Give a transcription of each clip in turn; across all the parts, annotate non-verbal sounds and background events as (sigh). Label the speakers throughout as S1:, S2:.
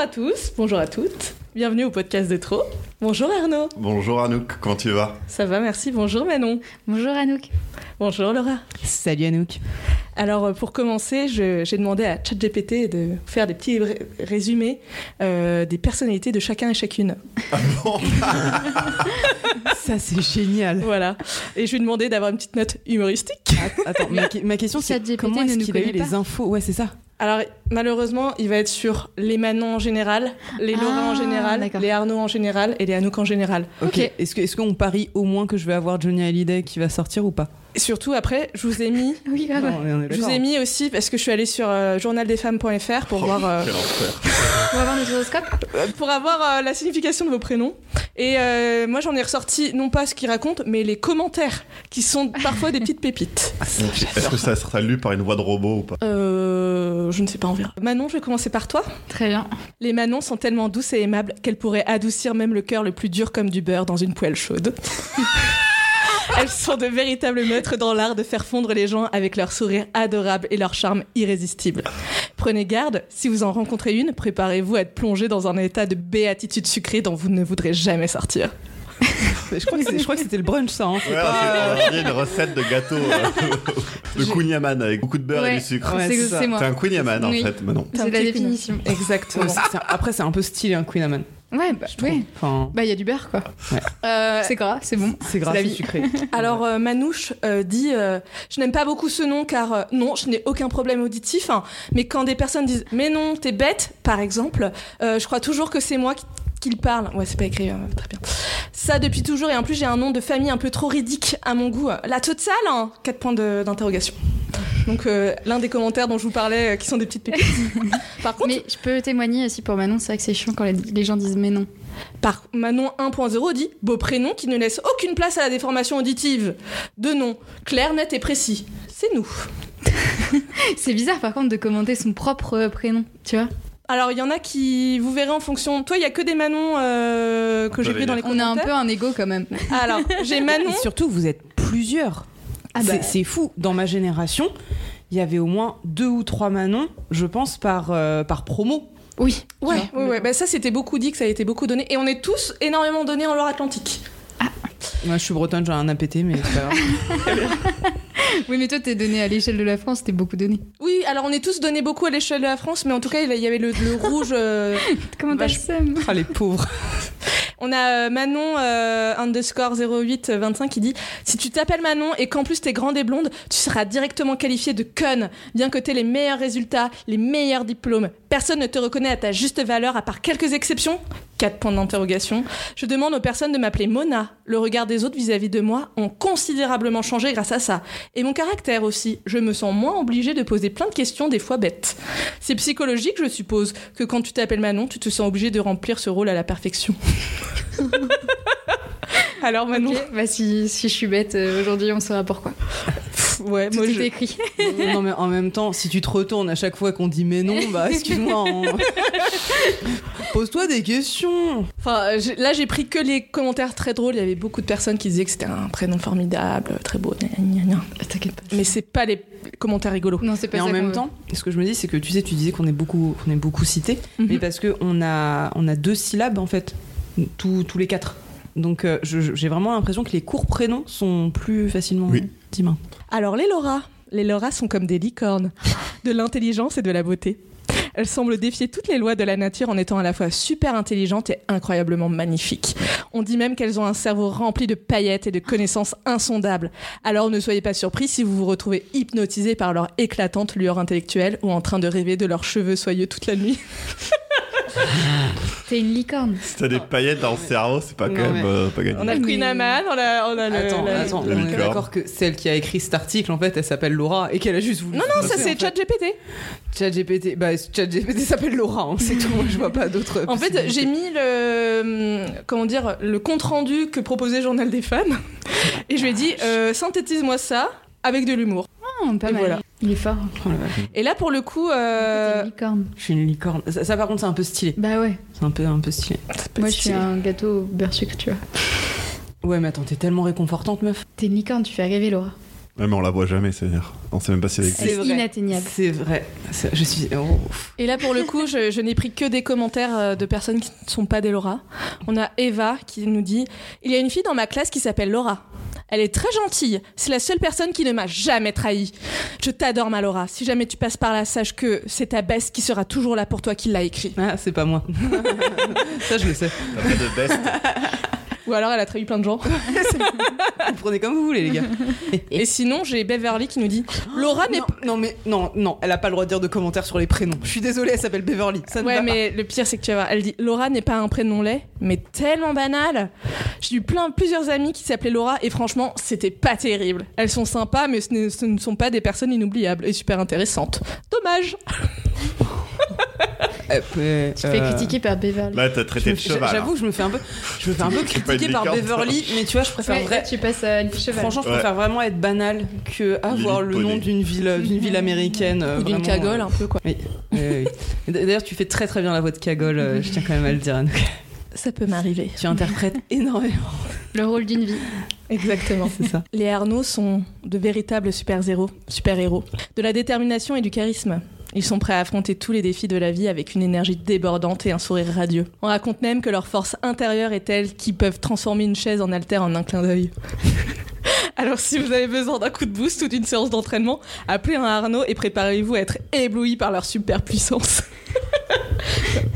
S1: à tous, bonjour à toutes, bienvenue au podcast de Trop. Bonjour Arnaud.
S2: Bonjour Anouk, comment tu vas
S1: Ça va, merci. Bonjour Manon.
S3: Bonjour Anouk.
S1: Bonjour Laura.
S4: Salut Anouk.
S1: Alors euh, pour commencer, je- j'ai demandé à ChatGPT de faire des petits ré- résumés euh, des personnalités de chacun et chacune.
S4: Ça, c'est (laughs) génial.
S1: Voilà. Et je lui ai demandé d'avoir une petite note humoristique.
S4: Attends, ma, que- ma question, c'est
S3: ChatGPT
S4: comment
S3: ne
S4: est-ce
S3: nous
S4: qu'il a eu
S3: connaît
S4: les
S3: pas.
S4: infos Ouais, c'est ça.
S1: Alors malheureusement, il va être sur les Manon en général, les Laura
S3: Ah,
S1: en général,
S3: d'accord.
S1: les Arnaud en général et les Anouk en général.
S4: Ok.
S3: Ok.
S4: Est-ce que- est-ce qu'on parie au moins que je vais avoir Johnny Hallyday qui va sortir ou pas
S1: Et surtout après, je vous ai mis
S3: Oui, grave.
S4: Non, mais on est
S1: Je vous
S4: d'accord. Oh.
S1: ai mis aussi parce que je suis allée sur euh, journaldesfemmes.fr pour voir
S4: Ah.
S1: euh,
S2: Quel enfer.
S3: On va voir nos horoscopes.
S1: euh, pour avoir euh, la signification de vos prénoms. Et euh, moi j'en ai ressorti non pas ce qu'ils racontent, mais les commentaires qui sont parfois des petites pépites.
S4: Ah, ça,
S2: Est-ce que ça sera lu par une voix de robot ou pas
S1: (laughs) Euh, je ne sais pas, on verra. Manon, je vais commencer par toi.
S3: Très bien.
S1: Les Manons sont tellement douces et aimables qu'elles pourraient adoucir même le cœur le plus dur comme du beurre dans une poêle (laughs) chaude. Elles sont de véritables maîtres dans l'art de faire fondre les gens avec leur sourire adorable et leur charme irrésistible. Prenez garde, si vous en rencontrez une, préparez-vous à être plongé dans un état de béatitude sucrée dont vous ne voudrez jamais sortir.
S4: (laughs) Je crois que c'est- je crois que c'était le brunch, ça. hein.
S2: Ouais, c'est on dirait une recette de gâteau
S4: (laughs)
S2: euh, de Kunyaman avec beaucoup de beurre et
S3: Ouais.
S2: du sucre.
S4: Ouais,
S3: c'est,
S4: c'est
S3: c'est
S4: ça.
S3: moi.
S2: T'es un Kunyaman
S3: Oui.
S2: en fait, Manon.
S1: T'es un
S3: C'est la
S1: petit clown.
S3: définition.
S1: Exactement.
S4: Ouais, c'est- c'est un- après, c'est un peu stylé, un Queen Amman.
S3: Ouais, bah, ouais.
S4: Enfin,
S3: Bah, il y a du beurre, quoi.
S4: Ouais.
S3: Euh, c'est gras, c'est bon.
S4: c'est grave,
S3: la
S4: c'est
S3: vie. (laughs)
S4: sucré.
S1: Alors euh, Manouche euh, dit euh, je n'aime pas beaucoup ce nom car euh, non je n'ai aucun problème auditif hein, mais quand des personnes disent mais non t'es bête par exemple euh, je crois toujours que c'est moi qui qu'il parle. Ouais, c'est pas écrit, euh, très bien. Ça, depuis toujours, et en plus, j'ai un nom de famille un peu trop ridique à mon goût. La totale, hein 4 points de- d'interrogation. Donc, euh, l'un des commentaires dont je vous parlais, euh, qui sont des petites
S3: (laughs)
S1: pépites. Par contre,
S3: Mais je peux témoigner aussi pour Manon, c'est vrai que c'est chiant quand les, les gens disent mais non. (laughs)
S1: Par Manon 1.0 dit beau prénom qui ne laisse aucune place à la déformation auditive. Deux noms, clair, net et précis. C'est nous.
S3: C'est bizarre, par contre, de commenter son propre euh, prénom, tu vois.
S1: Alors il y en a qui vous verrez en fonction. Toi il y a que des Manon euh, que
S2: On
S1: j'ai
S2: peut
S1: vu dans les
S2: les
S3: On a un
S1: commentaires.
S3: peu un ego quand même.
S1: Alors j'ai Manon.
S3: (laughs)
S4: Et surtout, vous êtes plusieurs.
S3: Ah
S4: C'est-
S3: bah.
S4: C'est fou. Dans ma génération, il y avait au moins deux ou trois Manon, je pense, par, euh, par promo.
S3: Oui.
S1: Ouais,
S3: Tu vois.
S1: ouais, ouais. Bah, ça c'était beaucoup dit que ça a été beaucoup donné et on est tous énormément donnés en Loire-Atlantique.
S4: Moi, je suis bretonne, j'ai un APT, mais c'est pas
S3: (laughs)
S4: grave.
S3: Oui, mais toi, t'es donné à l'échelle de la France, t'es beaucoup donné.
S1: Oui, alors on est tous donnés beaucoup à l'échelle de la France, mais en tout cas il y avait le, (laughs) le rouge. euh,
S3: Comment
S1: Bah,
S3: t'as le
S1: je-
S3: seum
S4: Ah, les pauvres.
S1: On a euh, Manon euh, underscore 0825 qui dit Si tu t'appelles Manon et qu'en plus t'es grande et blonde, tu seras directement qualifiée de conne, bien que t'aies les meilleurs résultats, les meilleurs diplômes. Personne ne te reconnaît à ta juste valeur, à part quelques exceptions. Quatre points d'interrogation. Je demande aux personnes de m'appeler Mona. Le regard des autres vis-à-vis de moi ont considérablement changé grâce à ça. Et mon caractère aussi. Je me sens moins obligée de poser plein de questions, des fois bêtes. C'est psychologique, je suppose, que quand tu t'appelles Manon, tu te sens obligée de remplir ce rôle à la perfection. Alors Manon,
S3: Ok, bah si, si je suis bête, euh, aujourd'hui, on saura pourquoi.
S1: pff, ouais,
S3: Tout
S1: moi
S3: est
S1: je-
S4: (laughs)
S3: écrit.
S4: non, mais en même temps, si tu te retournes à chaque fois qu'on dit mais non, bah excuse-moi.
S1: (laughs)
S4: hein. Pose-toi des questions.
S1: enfin, euh, j'ai- là j'ai pris que les commentaires très drôles. Il y avait beaucoup de personnes qui disaient que c'était un prénom formidable, très beau. gna gna gna.
S3: T'inquiète pas.
S1: Mais c'est pas les commentaires rigolos.
S3: Non, c'est pas
S4: Bah,
S3: ça.
S4: Mais en
S3: qu'on
S4: même
S3: veut.
S4: temps, ce que je me dis, c'est que tu sais, tu disais qu'on est beaucoup, qu'on est beaucoup cité,
S1: Mhm.
S4: mais parce que on a, on a deux syllabes en fait, tous, tous les quatre. Donc euh, je- je- j'ai vraiment l'impression que les courts prénoms sont plus facilement
S2: Oui.
S4: dits main.
S1: Alors les Laura, les Laura sont comme des licornes, (laughs) de l'intelligence et de la beauté. Elles semblent défier toutes les lois de la nature en étant à la fois super intelligentes et incroyablement magnifiques. On dit même qu'elles ont un cerveau rempli de paillettes et de connaissances insondables. Alors ne soyez pas surpris si vous vous retrouvez hypnotisé par leur éclatante lueur intellectuelle ou en train de rêver de leurs cheveux soyeux toute la nuit.
S3: T'es une licorne.
S2: Si t'as des paillettes dans le cerveau, c'est pas
S4: Non,
S2: quand même
S4: mais-
S2: euh, pas gagné.
S1: On a le
S3: Mais-
S1: Queen Amman, on a, on a Ah, le...
S4: Ah attends,
S1: la-
S4: attends,
S2: la
S4: on est
S2: licorne.
S4: d'accord que celle qui a écrit cet article en fait, elle s'appelle Laura et qu'elle a juste voulu.
S1: Non, non, ça c'est ChatGPT.
S4: ChatGPT. Bah ChatGPT s'appelle Laura, hein, c'est tout. Moi, je vois pas d'autres.
S1: En fait,
S4: possibilités.
S1: j'ai mis le hum, comment dire le compte rendu que proposait Journal des femmes et je lui ai dit euh, synthétise-moi ça avec de l'humour.
S4: Ah,
S3: Oh, pas
S1: Et
S3: mal.
S1: voilà.
S3: Il est fort.
S4: Oh la vache,
S1: Et là pour le coup, euh,
S3: T'es une licorne.
S4: je suis une licorne. Ça, ça, par contre, c'est un peu stylé.
S3: Bah ouais.
S4: C'est un peu, un peu stylé.
S3: Moi, je suis un gâteau au beurre sucre, tu vois.
S4: Ouais, mais attends, t'es tellement réconfortante, meuf.
S3: T'es une licorne, tu fais rêver, Laura.
S2: Ouais, mais on la voit jamais, c'est-à-dire. On sait même pas si elle
S4: (laughs)
S2: existe.
S3: C'est
S4: vrai.
S3: inatteignable.
S4: C'est vrai. C'est- Je suis. oh.
S1: Et là, pour le coup, je, je n'ai pris que des commentaires euh, de personnes qui ne sont pas des Laura. On a Eva qui nous dit Il y a une fille dans ma classe qui s'appelle Laura. Elle est très gentille. C'est la seule personne qui ne m'a jamais trahi. Je t'adore, ma Laura. Si jamais tu passes par là, sache que c'est ta baisse qui sera toujours là pour toi qui l'a écrit.
S4: Ah, c'est
S3: (laughs)
S4: pas moi. Ça, je le sais.
S2: T'as pas de best.
S1: Ou alors, elle a trahi plein de gens.
S4: Vous prenez comme vous voulez, les gars.
S1: Et sinon, j'ai Beverly qui nous dit
S3: Ah,
S1: Laura n'est
S4: non, non, mais non, non, elle a pas le droit de dire de commentaires sur les prénoms. Je suis désolée, elle s'appelle Beverly. Ça ne
S1: ouais,
S4: va
S1: mais le pire, c'est que tu vas voir, elle dit Laura n'est pas un prénom laid, mais tellement banal. J'ai eu plein, plusieurs amies qui s'appelaient Laura et franchement, c'était pas terrible. Elles sont sympas, mais ce, n'est- ce ne sont pas des personnes inoubliables et super intéressantes. Dommage.
S4: pas. Euh, euh,
S3: Tu te fais critiquer par Beverly.
S2: Là, t'as traité
S4: je me-
S2: de cheval. hein.
S4: J'avoue, je me fais un peu, je me fais un peu
S2: (laughs) C'est pas une
S4: critiquer par
S2: licorne.
S4: Beverly, mais tu vois, je préfère
S3: Ouais,
S4: vrai-
S3: là, tu passes à une cheval.
S4: Franchement, je
S2: Ouais.
S4: préfère vraiment être banal que avoir
S2: Lily
S4: le nom
S2: Poney.
S4: d'une ville, d'une ville américaine. euh,
S1: Ou d'une
S4: vraiment,
S1: cagole,
S4: euh,
S1: un peu quoi.
S4: Oui. oui, oui. Et D'ailleurs, tu fais très très bien la voix de cagole. euh, je tiens quand même à le dire. Anouk.
S1: Ça peut m'arriver.
S4: Tu (laughs) interprètes énormément.
S3: Le rôle d'une vie.
S1: Exactement.
S4: C'est ça.
S1: Les Arnaud sont de véritables super-héros, super-héros, de la détermination et du charisme. Ils sont prêts à affronter tous les défis de la vie avec une énergie débordante et un sourire radieux. On raconte même que leur force intérieure est telle qu'ils peuvent transformer une chaise en haltère en un clin d'œil. Alors si vous avez besoin d'un coup de boost ou d'une séance d'entraînement, appelez un Arnaud et préparez-vous à être ébloui par leur super puissance.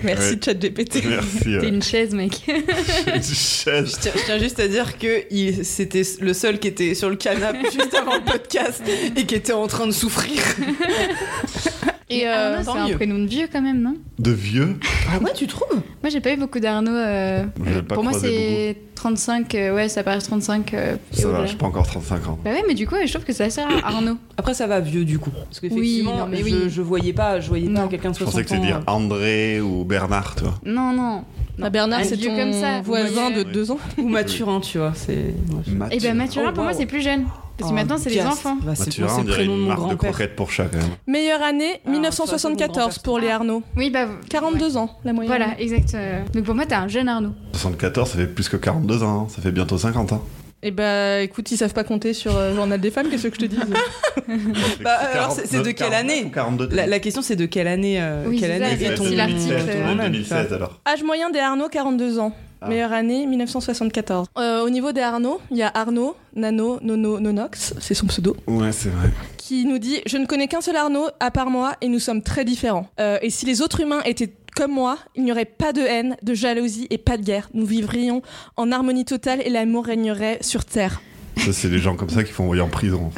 S1: Merci
S2: Ouais.
S1: ChatGPT.
S2: Merci.
S3: T'es
S4: (laughs)
S2: euh,
S3: une chaise, mec.
S2: une chaise.
S4: Je tiens, je tiens juste à dire que il- c'était le seul qui était sur le canapé (laughs) juste avant le podcast et qui était en train de souffrir.
S3: (laughs) Et
S4: euh,
S3: Arnaud,
S4: tant
S3: c'est un
S4: mieux.
S3: prénom de vieux quand même, non
S2: De vieux
S4: Ah ouais, tu trouves
S3: Moi, j'ai pas eu beaucoup d'Arnaud. euh,
S2: J'ai pas
S3: Pour moi,
S2: croisé
S3: c'est 35. euh, ouais, ça paraît 35. euh, et
S2: Ça va,
S3: au-delà.
S2: j'ai pas encore 35 ans.
S3: Bah ouais, mais du coup, ouais, je trouve que ça sert à Arnaud.
S4: Après, ça va vieux du coup. Parce
S3: Oui,
S4: qu'effectivement,
S3: non, mais
S4: je,
S3: oui.
S4: je voyais pas, je voyais
S3: Non.
S4: pas quelqu'un de
S2: Je
S4: 60 ans.
S2: pensais que c'était dire
S4: euh,
S2: André ou Bernard, toi.
S3: Non, non.
S1: Bah, Bernard,
S3: Un
S1: c'est
S3: vieux
S1: ton
S3: comme ça,
S1: voisin de
S3: ouais.
S1: deux ans.
S4: euh, Ou Mathurin, tu vois. C'est. moi, je-
S3: Et ben Mathurin,
S4: Oh,
S3: pour moi,
S4: wow.
S3: c'est plus jeune. Parce que
S4: Oh,
S3: maintenant, c'est les
S4: Piast.
S3: enfants.
S4: Bah, c'est
S2: Mathurin,
S4: c'est
S2: on
S4: le
S2: dirait
S4: prénom de
S2: une
S4: mon
S2: marque de
S4: grand-père.
S2: croquettes pour chat, quand même.
S1: Meilleure année,
S4: Ah,
S1: 1974 pour les Arnaud.
S3: Oui, bah.
S1: 42 ans, la
S3: ouais.
S1: moyenne.
S3: Voilà, exact. euh. Donc pour moi, t'es un jeune Arnaud.
S2: 74, ça fait plus que 42 ans. hein. Ça fait bientôt 50 ans.
S1: Et bah écoute, ils savent pas compter sur euh, Journal des femmes, qu'est-ce que je te dis
S4: (laughs) Bah, alors, c'est- c'est de quelle année
S2: 42.
S4: La, la question, c'est de quelle année, euh,
S3: Oui,
S4: quelle
S3: c'est ça,
S4: année
S3: c'est
S4: est ton
S3: si l'article,
S4: ton
S3: euh,
S4: journal, tu vois.
S2: 2016, alors.
S1: Âge moyen des Arnaud, 42 ans.
S2: Ah.
S1: Meilleure année, 1974. Euh, au niveau des Arnaud, il y a Arnaud, Nano, Nono, Nonox, c'est son pseudo,
S2: Ouais, c'est vrai.
S1: qui nous dit Je ne connais qu'un seul Arnaud, à part moi, et nous sommes très différents. Euh, et si les autres humains étaient comme moi, il n'y aurait pas de haine, de jalousie et pas de guerre. Nous vivrions en harmonie totale et l'amour régnerait sur Terre.
S2: Ça, c'est les gens comme ça qu'il faut envoyer en prison.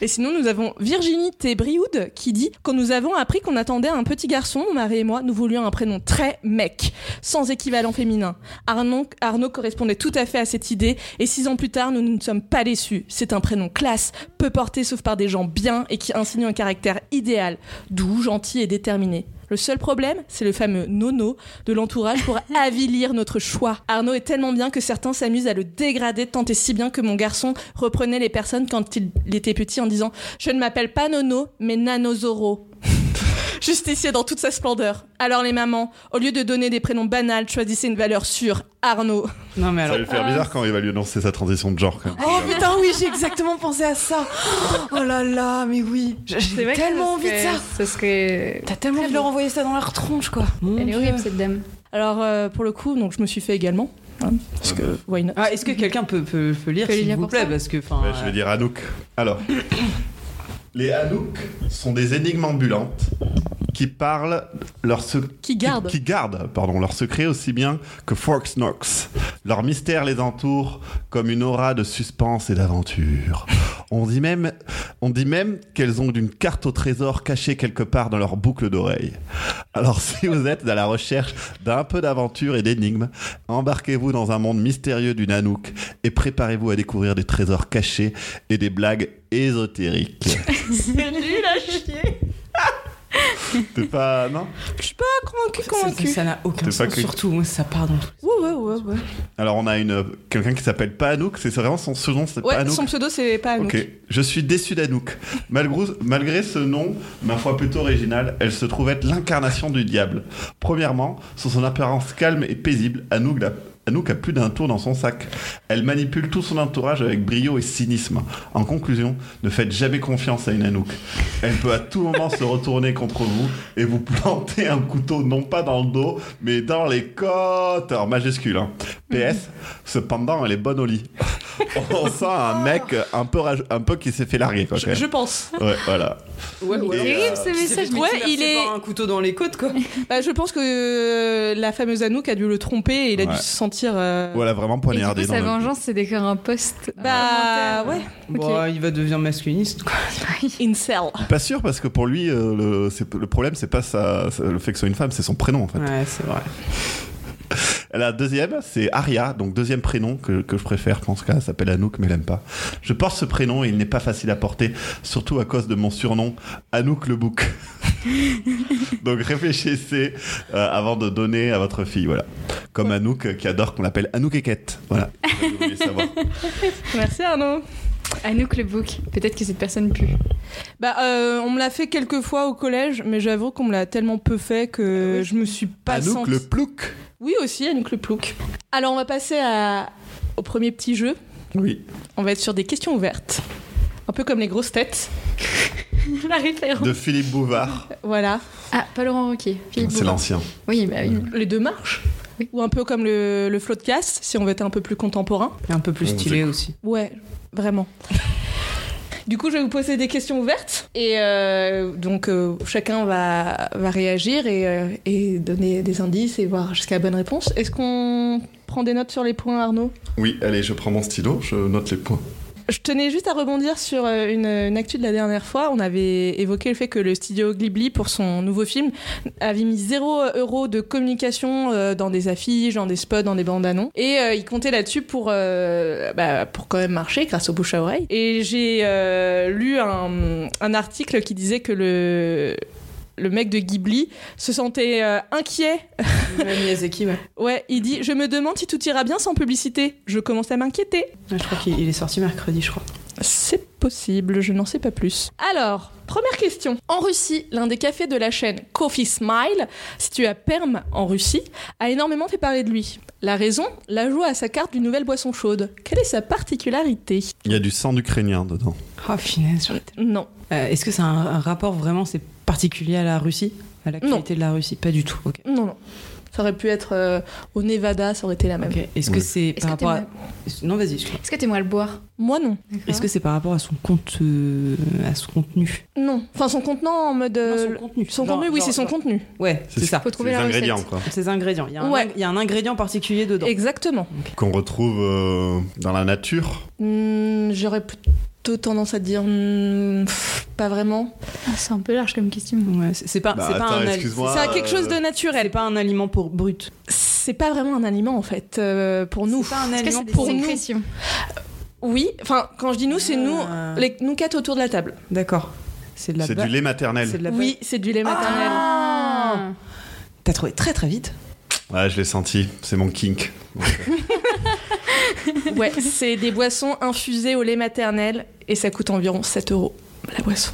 S1: Et sinon, nous avons Virginie Tébrioud qui dit Quand nous avons appris qu'on attendait un petit garçon, mon mari et moi, nous voulions un prénom très mec, sans équivalent féminin. Arnaud, Arnaud correspondait tout à fait à cette idée, et six ans plus tard, nous ne sommes pas déçus. C'est un prénom classe, peu porté sauf par des gens bien et qui insigne un caractère idéal, doux, gentil et déterminé. Le seul problème, c'est le fameux nono de l'entourage pour avilir notre choix. Arnaud est tellement bien que certains s'amusent à le dégrader tant et si bien que mon garçon reprenait les personnes quand il était petit en disant Je ne m'appelle pas Nono, mais Nanozoro. (laughs) Justicier dans toute sa splendeur. Alors les mamans, au lieu de donner des prénoms banals, choisissez une valeur sûre, Arnaud.
S4: Non, mais
S2: Ça
S4: alors.
S2: va lui faire bizarre quand il va lui annoncer sa transition de genre, quand même.
S4: Oh putain, oui, j'ai exactement pensé à ça. Oh là là, mais oui. J'ai tellement envie de ça.
S3: Ça serait.
S4: T'as tellement
S3: Très
S4: envie de leur envoyer ça dans leur tronche, quoi.
S3: Elle est horrible, cette dame.
S1: Alors euh, pour le coup, donc je me suis fait également. hein, parce
S2: Euh,
S1: que, why not
S4: Ah, est-ce que quelqu'un peut, peut, peut lire,
S3: Peut
S4: s'il
S3: lire
S4: vous
S3: pour
S4: plaît
S3: ça
S4: Parce que, enfin.
S2: Ouais, je vais dire Anouk. Alors, (coughs) les Anouk sont des énigmes ambulantes qui parlent leur sec-
S1: Qui gardent.
S2: qui, qui gardent pardon, leur secret aussi bien que Forks Knox. Leur mystère les entoure comme une aura de suspense et d'aventure. On dit même, on dit même qu'elles ont une carte au trésor cachée quelque part dans leur boucle d'oreille. Alors si vous êtes à la recherche d'un peu d'aventure et d'énigmes, embarquez-vous dans un monde mystérieux du Nanook et préparez-vous à découvrir des trésors cachés et des blagues ésotériques.
S1: (laughs) C'est nul
S4: Ah,
S1: à chier.
S2: T'es pas... Non
S1: Je suis pas convaincue,
S4: (laughs) Ça- Ça
S1: convaincue.
S4: ça n'a aucun
S2: T'es pas
S4: sens,
S2: cru.
S4: surtout. Moi, ça part dans tout.
S1: Ouais, ouais, ouais, ouais.
S2: Alors on a une quelqu'un qui s'appelle pas Anouk, c'est vraiment son second, c'est
S1: Ouais,
S2: pas Anouk.
S1: son pseudo, c'est pas Anouk.
S2: Ok, je suis déçu d'Anouk. Malgré, malgré ce nom, ma foi plutôt original, elle se trouve être l'incarnation du diable. Premièrement, sous son apparence calme et paisible, Anouk n'a- Anouk n'a, Anouk a plus d'un tour dans son sac. Elle manipule tout son entourage avec brio et cynisme. En conclusion, ne faites jamais confiance à une Anouk. Elle peut à tout moment se retourner contre vous et vous planter un couteau non pas dans le dos, mais dans les côtes, en majuscule. hein. PS, cependant, elle est bonne au lit. On sent un mec un peu, rage- un peu qui s'est fait larguer. Quoi, quand
S1: Je, je pense.
S2: même. Ouais, voilà.
S4: Ouais, ou alors,
S2: Et, euh,
S3: Terrible ce
S4: qui s'est fait
S3: message.
S1: Ouais,
S4: traverser
S1: il est-
S4: par un couteau dans les côtes, (laughs) quoi.
S1: Bah, je pense que euh, la fameuse Anouk a dû le tromper et il a
S2: Ouais.
S1: dû se sentir. euh,
S2: Voilà, vraiment
S3: Et du coup,
S2: poignardé. dans
S3: sa
S2: le-
S3: vengeance, c'est d'écrire un post. euh,
S1: Bah ouais,
S4: Bon, il va devenir
S3: (laughs)
S4: masculiniste, quoi.
S1: incel.
S2: Pas sûr, parce que pour lui, euh, le, c'est- le problème, c'est pas sa- sa- le fait que ce soit une femme, c'est son prénom en fait.
S4: Ouais, c'est vrai.
S2: La deuxième, c'est Aria, donc deuxième prénom que, que je préfère, je pense qu'elle s'appelle Anouk, mais elle aime pas. Je porte ce prénom et il n'est pas facile à porter, surtout à cause de mon surnom, Anouk le bouc. (laughs) donc réfléchissez euh, avant de donner à votre fille, voilà. Comme Anouk euh, qui adore qu'on l'appelle Anouk Ekette, voilà. Je voulais
S3: (laughs)
S2: savoir.
S1: Merci Arnaud.
S3: Anouk le book. Peut-être que cette personne pue.
S1: Bah, euh, on me l'a fait quelques fois au collège, mais j'avoue qu'on me l'a tellement peu fait que je me suis pas
S2: Anouk
S1: sentie-
S2: le plouc
S1: Oui aussi, Anouk le plouc. Alors on va passer à... au premier petit jeu.
S2: Oui,
S1: On va être sur des questions ouvertes. Un peu comme les grosses têtes.
S3: La référence.
S2: de Philippe Bouvard,
S1: Voilà.
S3: Ah, pas Laurent Roquet. (laughs) Philippe
S2: c'est
S3: Bouvard.
S2: l'ancien.
S3: Oui, bah oui.
S1: Les deux marches.
S3: Oui.
S1: Ou un peu comme le, le flow de casse, si on veut être un peu plus contemporain.
S4: Et un peu plus
S2: On vous
S4: stylé aussi.
S1: Ouais, vraiment. Du coup, je vais vous poser des questions ouvertes et euh, donc euh, chacun va, va réagir et, euh, et donner des indices et voir jusqu'à la bonne réponse. Est-ce qu'on prend des notes sur les points, Arnaud
S2: Oui, allez, je prends mon stylo, je note les points.
S1: Je tenais juste à rebondir sur euh, une, une actu de la dernière fois. On avait évoqué le fait que le studio Ghibli, pour son nouveau film, avait mis 0 euro de communication euh, dans des affiches, dans des spots, dans des bandes annonces. Et euh, il comptait là-dessus pour, euh, bah, pour quand même marcher grâce au bouche à oreille. Et j'ai euh, lu un, un article qui disait que le, le mec de Ghibli se sentait euh, inquiet
S4: Miyazaki, ouais.
S1: Ouais, il dit Je me demande si tout ira bien sans publicité. Je commence à m'inquiéter.
S4: Ouais, Je crois qu'il il est sorti mercredi, je crois.
S1: C'est possible, je n'en sais pas plus. Alors, première question. En Russie, l'un des cafés de la chaîne Coffee Smile, situé à Perm en Russie, a énormément fait parler de lui. La raison L'ajout à sa carte d'une nouvelle boisson chaude. Quelle est sa particularité
S2: Il y a du sang ukrainien dedans.
S4: Oh, finesse.
S1: Non.
S4: Euh, Est-ce que ça a un, un rapport vraiment, c'est particulier à la Russie À l'actualité de la Russie Pas du tout, ok.
S1: Non, non. Ça aurait pu être euh, au Nevada, ça aurait été la même.
S4: Ok. Est-ce que
S2: Oui.
S4: c'est
S3: Est-ce
S4: par
S3: que t'es
S4: rapport à... Non, vas-y. excuse-moi.
S3: Est-ce que t'aimerais le boire
S1: Moi, non.
S4: Est-ce que c'est par rapport à son compte, euh, à son contenu
S1: Non. Enfin, son contenant en mode. euh,
S4: Non, contenu.
S1: son
S4: Genre-
S1: contenu, oui,
S4: genre-
S1: c'est son
S4: genre-
S1: contenu.
S4: Ouais, c'est
S2: C'est-
S4: ça.
S3: Faut trouver
S2: les
S3: la
S2: ingrédients,
S3: recette.
S2: quoi.
S4: Ses ingrédients. Il y, a un
S1: Ouais.
S4: ing- il y a un ingrédient particulier dedans.
S1: Exactement.
S2: qu'on retrouve euh, dans la nature.
S1: Hmm, J'aurais plutôt tendance à dire. hmm, pff, pas vraiment.
S3: Ah, c'est un peu large comme question.
S4: Ouais, c'est c'est pas,
S2: Bah,
S4: c'est pas
S2: attends,
S4: un al-
S2: excuse-moi.
S1: ça a quelque chose de naturel.
S4: c'est pas un aliment pour brut.
S1: C'est pas vraiment un aliment en fait euh, pour nous.
S4: C'est pas un
S3: Est-ce que
S4: aliment
S3: c'est des
S1: pour nous.
S3: sécrétions
S1: Oui, enfin quand je dis nous, c'est nous,
S4: Ah.
S1: les, nous quatre autour de la table.
S4: D'accord. C'est de la
S2: C'est
S4: ba-
S2: du lait maternel.
S4: c'est de la ba-
S1: Oui, c'est du lait maternel.
S3: Ah
S4: T'as trouvé très très vite.
S2: Ouais, je l'ai senti. C'est mon kink.
S1: Ouais, c'est des boissons infusées au lait maternel et ça coûte environ 7 euros la boisson.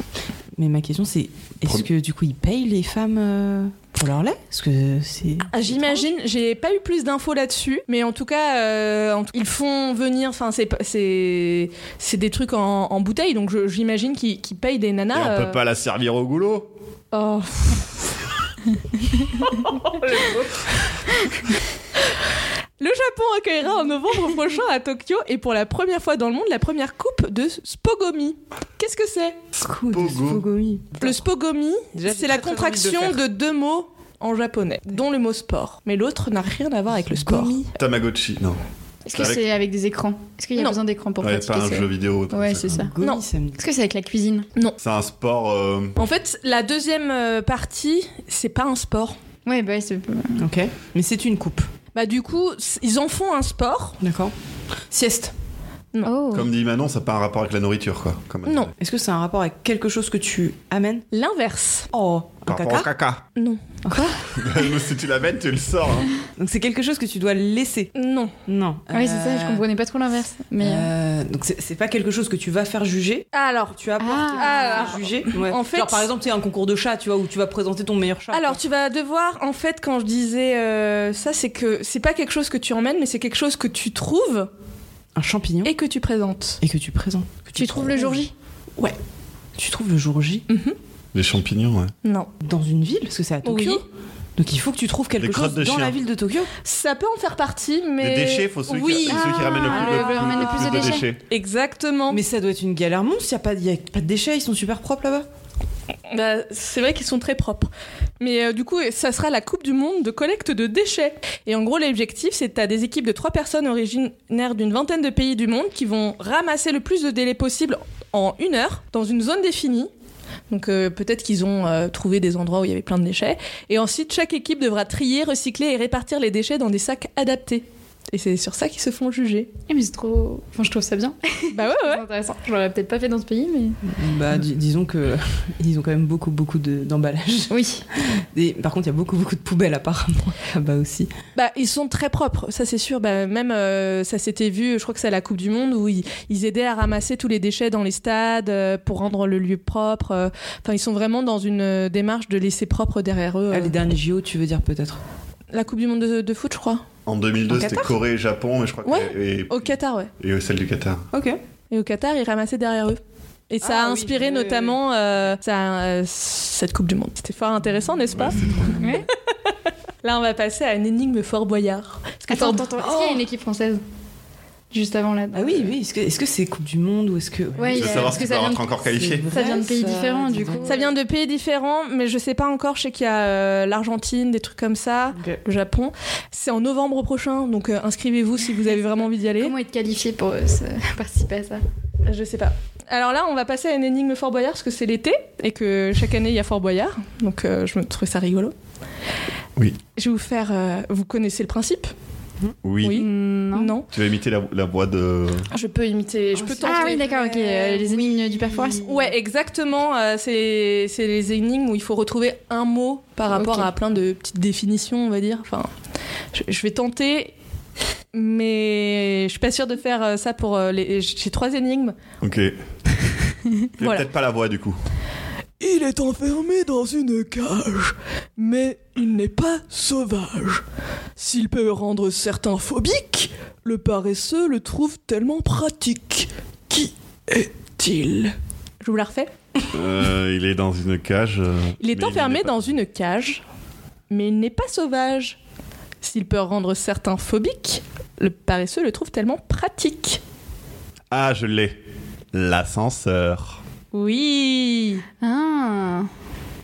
S4: Mais ma question c'est est-ce
S2: Premier-
S4: que du coup ils payent les femmes euh, pour leur lait Parce que c'est.
S1: Ah, J'imagine, j'ai pas eu plus d'infos là-dessus, mais en tout cas, euh, en tout- ils font venir, enfin c'est pas- c'est c'est des trucs en, en bouteille, donc je- j'imagine qu'ils qu'ils payent des nanas.
S2: Et on
S1: euh,
S2: peut pas la servir au goulot.
S1: oh. (laughs) Le Japon accueillera en novembre prochain à Tokyo et pour la première fois dans le monde la première coupe de Spogomi. Qu'est-ce que c'est
S4: Spogo.
S2: Spogo.
S4: Spogomi.
S1: Le Spogomi,
S4: Déjà, j'ai
S1: c'est
S4: très,
S1: la
S4: très envie de
S1: contraction
S4: le
S1: de, deux mots en japonais, dont le mot sport. Mais l'autre n'a rien à voir avec le sport.
S4: Gomi.
S2: Tamagotchi. Non.
S3: Est-ce que
S2: Avec-
S3: c'est avec des écrans Est-ce qu'il y a
S1: Non.
S3: besoin d'écran pour
S2: Ouais, pas
S3: pratiquer
S2: un
S3: ce-
S2: jeu vidéo. comme
S3: Ouais,
S2: ça,
S3: c'est
S2: quoi.
S3: ça.
S4: Gomi,
S1: Non.
S4: ça me dit-
S3: Est-ce que c'est avec la cuisine
S2: C'est un sport. euh,
S1: En fait, la deuxième euh, partie, c'est pas un sport.
S3: Ouais, bah ouais, c'est.
S4: Ok. Mais c'est une coupe.
S1: Bah du coup, c- ils en font un sport.
S4: D'accord. Sieste.
S3: Oh
S2: Comme dit Manon, ça n'a pas un rapport avec la nourriture, quoi. Comme elle
S1: Non.
S2: dit.
S4: Est-ce que c'est un rapport avec quelque chose que tu amènes
S1: L'inverse.
S4: Oh, un
S2: Par rapport au
S4: caca.
S2: caca.
S1: Non.
S2: (laughs) si tu l'amènes, tu le sors. hein.
S4: Donc c'est quelque chose que tu dois laisser.
S1: Non.
S4: Non.
S3: Ah Ouais, c'est ça, je
S4: Euh,
S3: comprenais pas trop l'inverse. Mais. euh,
S4: euh, Euh, donc c'est c'est pas quelque chose que tu vas faire juger.
S1: Alors,
S4: Tu apportes
S1: Ah.
S4: à juger. Ouais.
S1: En fait-
S4: Genre, par exemple, tu sais, un concours de chat, tu vois, où tu vas présenter ton meilleur chat.
S1: Alors tu vas devoir, en fait, quand je disais euh, ça, c'est que c'est pas quelque chose que tu emmènes, mais c'est quelque chose que tu trouves
S4: un champignon et,
S1: et que tu présentes.
S4: que tu présentes. Que
S3: Tu trouves le jour J
S4: Tu trouves le jour J
S2: Des champignons, ouais.
S1: Non.
S4: dans une ville, parce que c'est à Tokyo.
S1: Oui.
S4: Donc il faut que tu trouves quelque
S2: Des crottes
S4: chose
S2: de
S4: dans
S2: chien.
S4: la ville de Tokyo.
S1: Ça peut en faire partie, mais.
S2: Des déchets, faut ceux,
S1: Oui,
S2: qui, ceux qui
S3: Ah,
S2: ramènent le plus,
S3: le- le ramène le plus de déchets.
S1: exactement.
S4: Mais ça doit être une galère monstre. Il n'y a, pas- y a pas de déchets, ils sont super propres là-bas.
S1: Bah, c'est vrai qu'ils sont très propres. Mais euh, du coup, ça sera la Coupe du Monde de collecte de déchets. Et en gros, l'objectif, c'est que tu des équipes de trois personnes originaires d'une vingtaine de pays du monde qui vont ramasser le plus de délais possible en une heure dans une zone définie. Donc euh, peut-être qu'ils ont euh, trouvé des endroits où il y avait plein de déchets. Et ensuite, chaque équipe devra trier, recycler et répartir les déchets dans des sacs adaptés. Et c'est sur ça qu'ils se font juger.
S3: Eh, mais c'est trop. Enfin, je trouve ça bien.
S1: bah ouais, ouais.
S3: C'est intéressant. Je l'aurais peut-être pas fait dans ce pays, mais.
S4: Bah, dis- disons que (laughs) ils ont quand même beaucoup, beaucoup de- d'emballages. (laughs)
S3: Oui.
S4: Et par contre, il y a beaucoup, beaucoup de poubelles apparemment (laughs) là-bas aussi.
S1: Bah, ils sont très propres, ça c'est sûr. Bah, même euh, ça s'était vu, je crois que c'est à la Coupe du Monde où ils, ils aidaient à ramasser tous les déchets dans les stades euh, pour rendre le lieu propre. euh. Enfin, ils sont vraiment dans une euh, démarche de laisser propre derrière eux. euh.
S4: Ah, les derniers JO, tu veux dire peut-être
S1: La Coupe du Monde de, de foot, je crois.
S2: En
S4: En
S2: 2002,
S4: Qatar
S2: c'était Corée et Japon, mais je crois que-
S1: Ouais. Oh.
S2: et-
S1: Au Qatar, ouais.
S2: et celle du Qatar.
S4: Ok.
S1: Et au Qatar, ils ramassaient derrière eux. Et ça
S4: Ah
S1: a
S4: oui,
S1: inspiré
S4: oui, oui,
S1: notamment euh, ça, euh, cette Coupe du Monde. C'était fort intéressant, n'est-ce pas
S2: Ouais, c'est trop-
S3: Ouais.
S1: (laughs) Là, on va passer à une énigme Fort Boyard. Parce que Oh.
S3: Attends,
S1: Fort-
S3: attends, attends. Est-ce qu'il y a une équipe française Juste avant là.
S4: Ah oui, oui. Est-ce que est-ce que c'est Coupe du Monde ou est-ce que.
S3: Ouais,
S2: Je veux
S3: euh,
S2: savoir
S3: parce
S2: si
S3: que
S2: tu
S3: ça
S2: vas
S3: vient
S2: rentrer encore qualifié.
S4: C'est
S3: Ça vient de
S4: vrai,
S3: pays différents,
S4: dis
S3: du
S4: donc.
S3: coup.
S1: Ça vient de pays différents, mais je sais pas encore. Je sais qu'il y a euh, l'Argentine, des trucs comme ça,
S4: Ok.
S1: le Japon. C'est en novembre prochain, donc euh, inscrivez-vous si vous avez vraiment envie d'y aller.
S3: Comment être qualifié pour euh, se- (laughs) participer à ça
S1: Je sais pas. Alors là, on va passer à une énigme Fort Boyard parce que c'est l'été et que chaque année il y a Fort Boyard, donc euh, je me trouvais ça rigolo.
S2: Oui.
S1: Je vais vous faire. euh, vous connaissez le principe
S2: Oui.
S1: Oui.
S3: Non.
S2: Tu vas imiter la, la voix de.
S1: Je peux imiter. Je
S4: Oh,
S1: peux
S4: c'est-
S1: tenter.
S3: Ah oui, d'accord, ok. euh, les énigmes du père Fouras.
S1: Mmh. Ouais, exactement. euh, c'est c'est les énigmes où il faut retrouver un mot par rapport
S3: Ok.
S1: à plein de petites définitions, on va dire. Enfin, je, je vais tenter, mais je suis pas sûre de faire euh, ça pour euh, les. J'ai trois énigmes.
S2: Ok. Tu fais
S1: Voilà.
S2: peut-être pas la voix du coup.
S1: Il est enfermé dans une cage, mais il n'est pas sauvage. S'il peut rendre certains phobiques, le paresseux le trouve tellement pratique. Qui est-il Je vous la refais.
S2: Euh, il est dans une cage. euh,
S1: Il est
S2: mais
S1: enfermé
S2: n'est pas-
S1: dans une cage, mais il n'est pas sauvage. S'il peut rendre certains phobiques, le paresseux le trouve tellement pratique.
S2: Ah, je l'ai. L'ascenseur.
S1: Oui,
S3: Ah.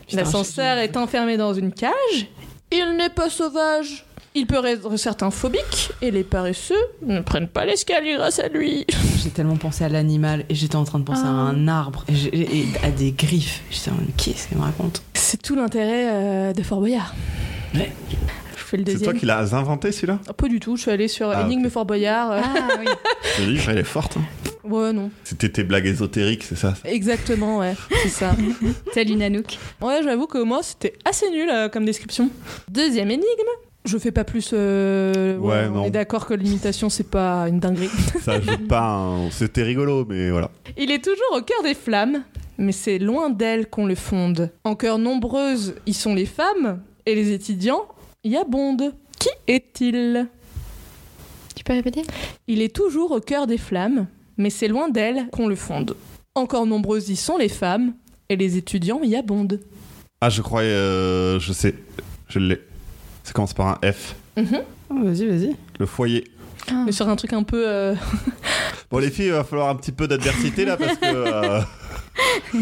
S4: Putain,
S1: l'ascenseur est enfermé dans une cage. Il n'est pas sauvage. Il peut rendre certains phobiques et les paresseux ne prennent pas l'escalier grâce à lui. (laughs)
S4: j'ai- J'ai tellement pensé à l'animal et j'étais en train de penser à
S3: Ah.
S4: un arbre et, j'ai- et à des griffes. J'étais en mode, qu'est-ce qu'elle me raconte
S1: C'est tout l'intérêt euh, de Fort Boyard.
S4: Ouais.
S1: Je fais le
S2: C'est toi
S1: deuxième.
S2: qui l'as inventé
S1: (laughs)
S2: celui-là
S1: Pas du tout. Je suis allée sur
S2: Ah,
S1: Énigme
S2: ok.
S1: Fort Boyard. euh,
S3: Ah oui.
S2: Le livre, elle est forte. hein.
S1: Ouais, non.
S2: C'était tes blagues ésotériques, c'est ça
S1: Exactement, ouais. C'est ça.
S3: Telle une Anouk.
S1: Ouais, j'avoue que moi, c'était assez nul euh, comme description. Deuxième énigme. Je fais pas plus. euh,
S2: Ouais,
S1: voilà, On
S2: non.
S1: est d'accord que l'imitation, c'est pas une dinguerie.
S2: (laughs)
S1: (laughs)
S2: Ça ajoute pas. un- C'était rigolo, mais voilà.
S1: Il est toujours au cœur des flammes, mais c'est loin d'elles qu'on le fonde. Encore nombreuses y sont les femmes, et les étudiants y abondent. Qui est-il
S3: Tu peux répéter
S1: Il est toujours au cœur des flammes, mais c'est loin d'elles qu'on le fonde. Encore nombreuses y sont les femmes, et les étudiants y abondent.
S2: Ah, je croyais. euh, je sais. Je l'ai. Ça commence par un F.
S1: Mhm.
S2: Ah.
S4: Oh, vas-y, vas-y.
S2: Le foyer.
S1: Mais sur un truc un peu. euh,
S2: Bon, les filles, il va falloir un petit peu d'adversité là parce que. euh,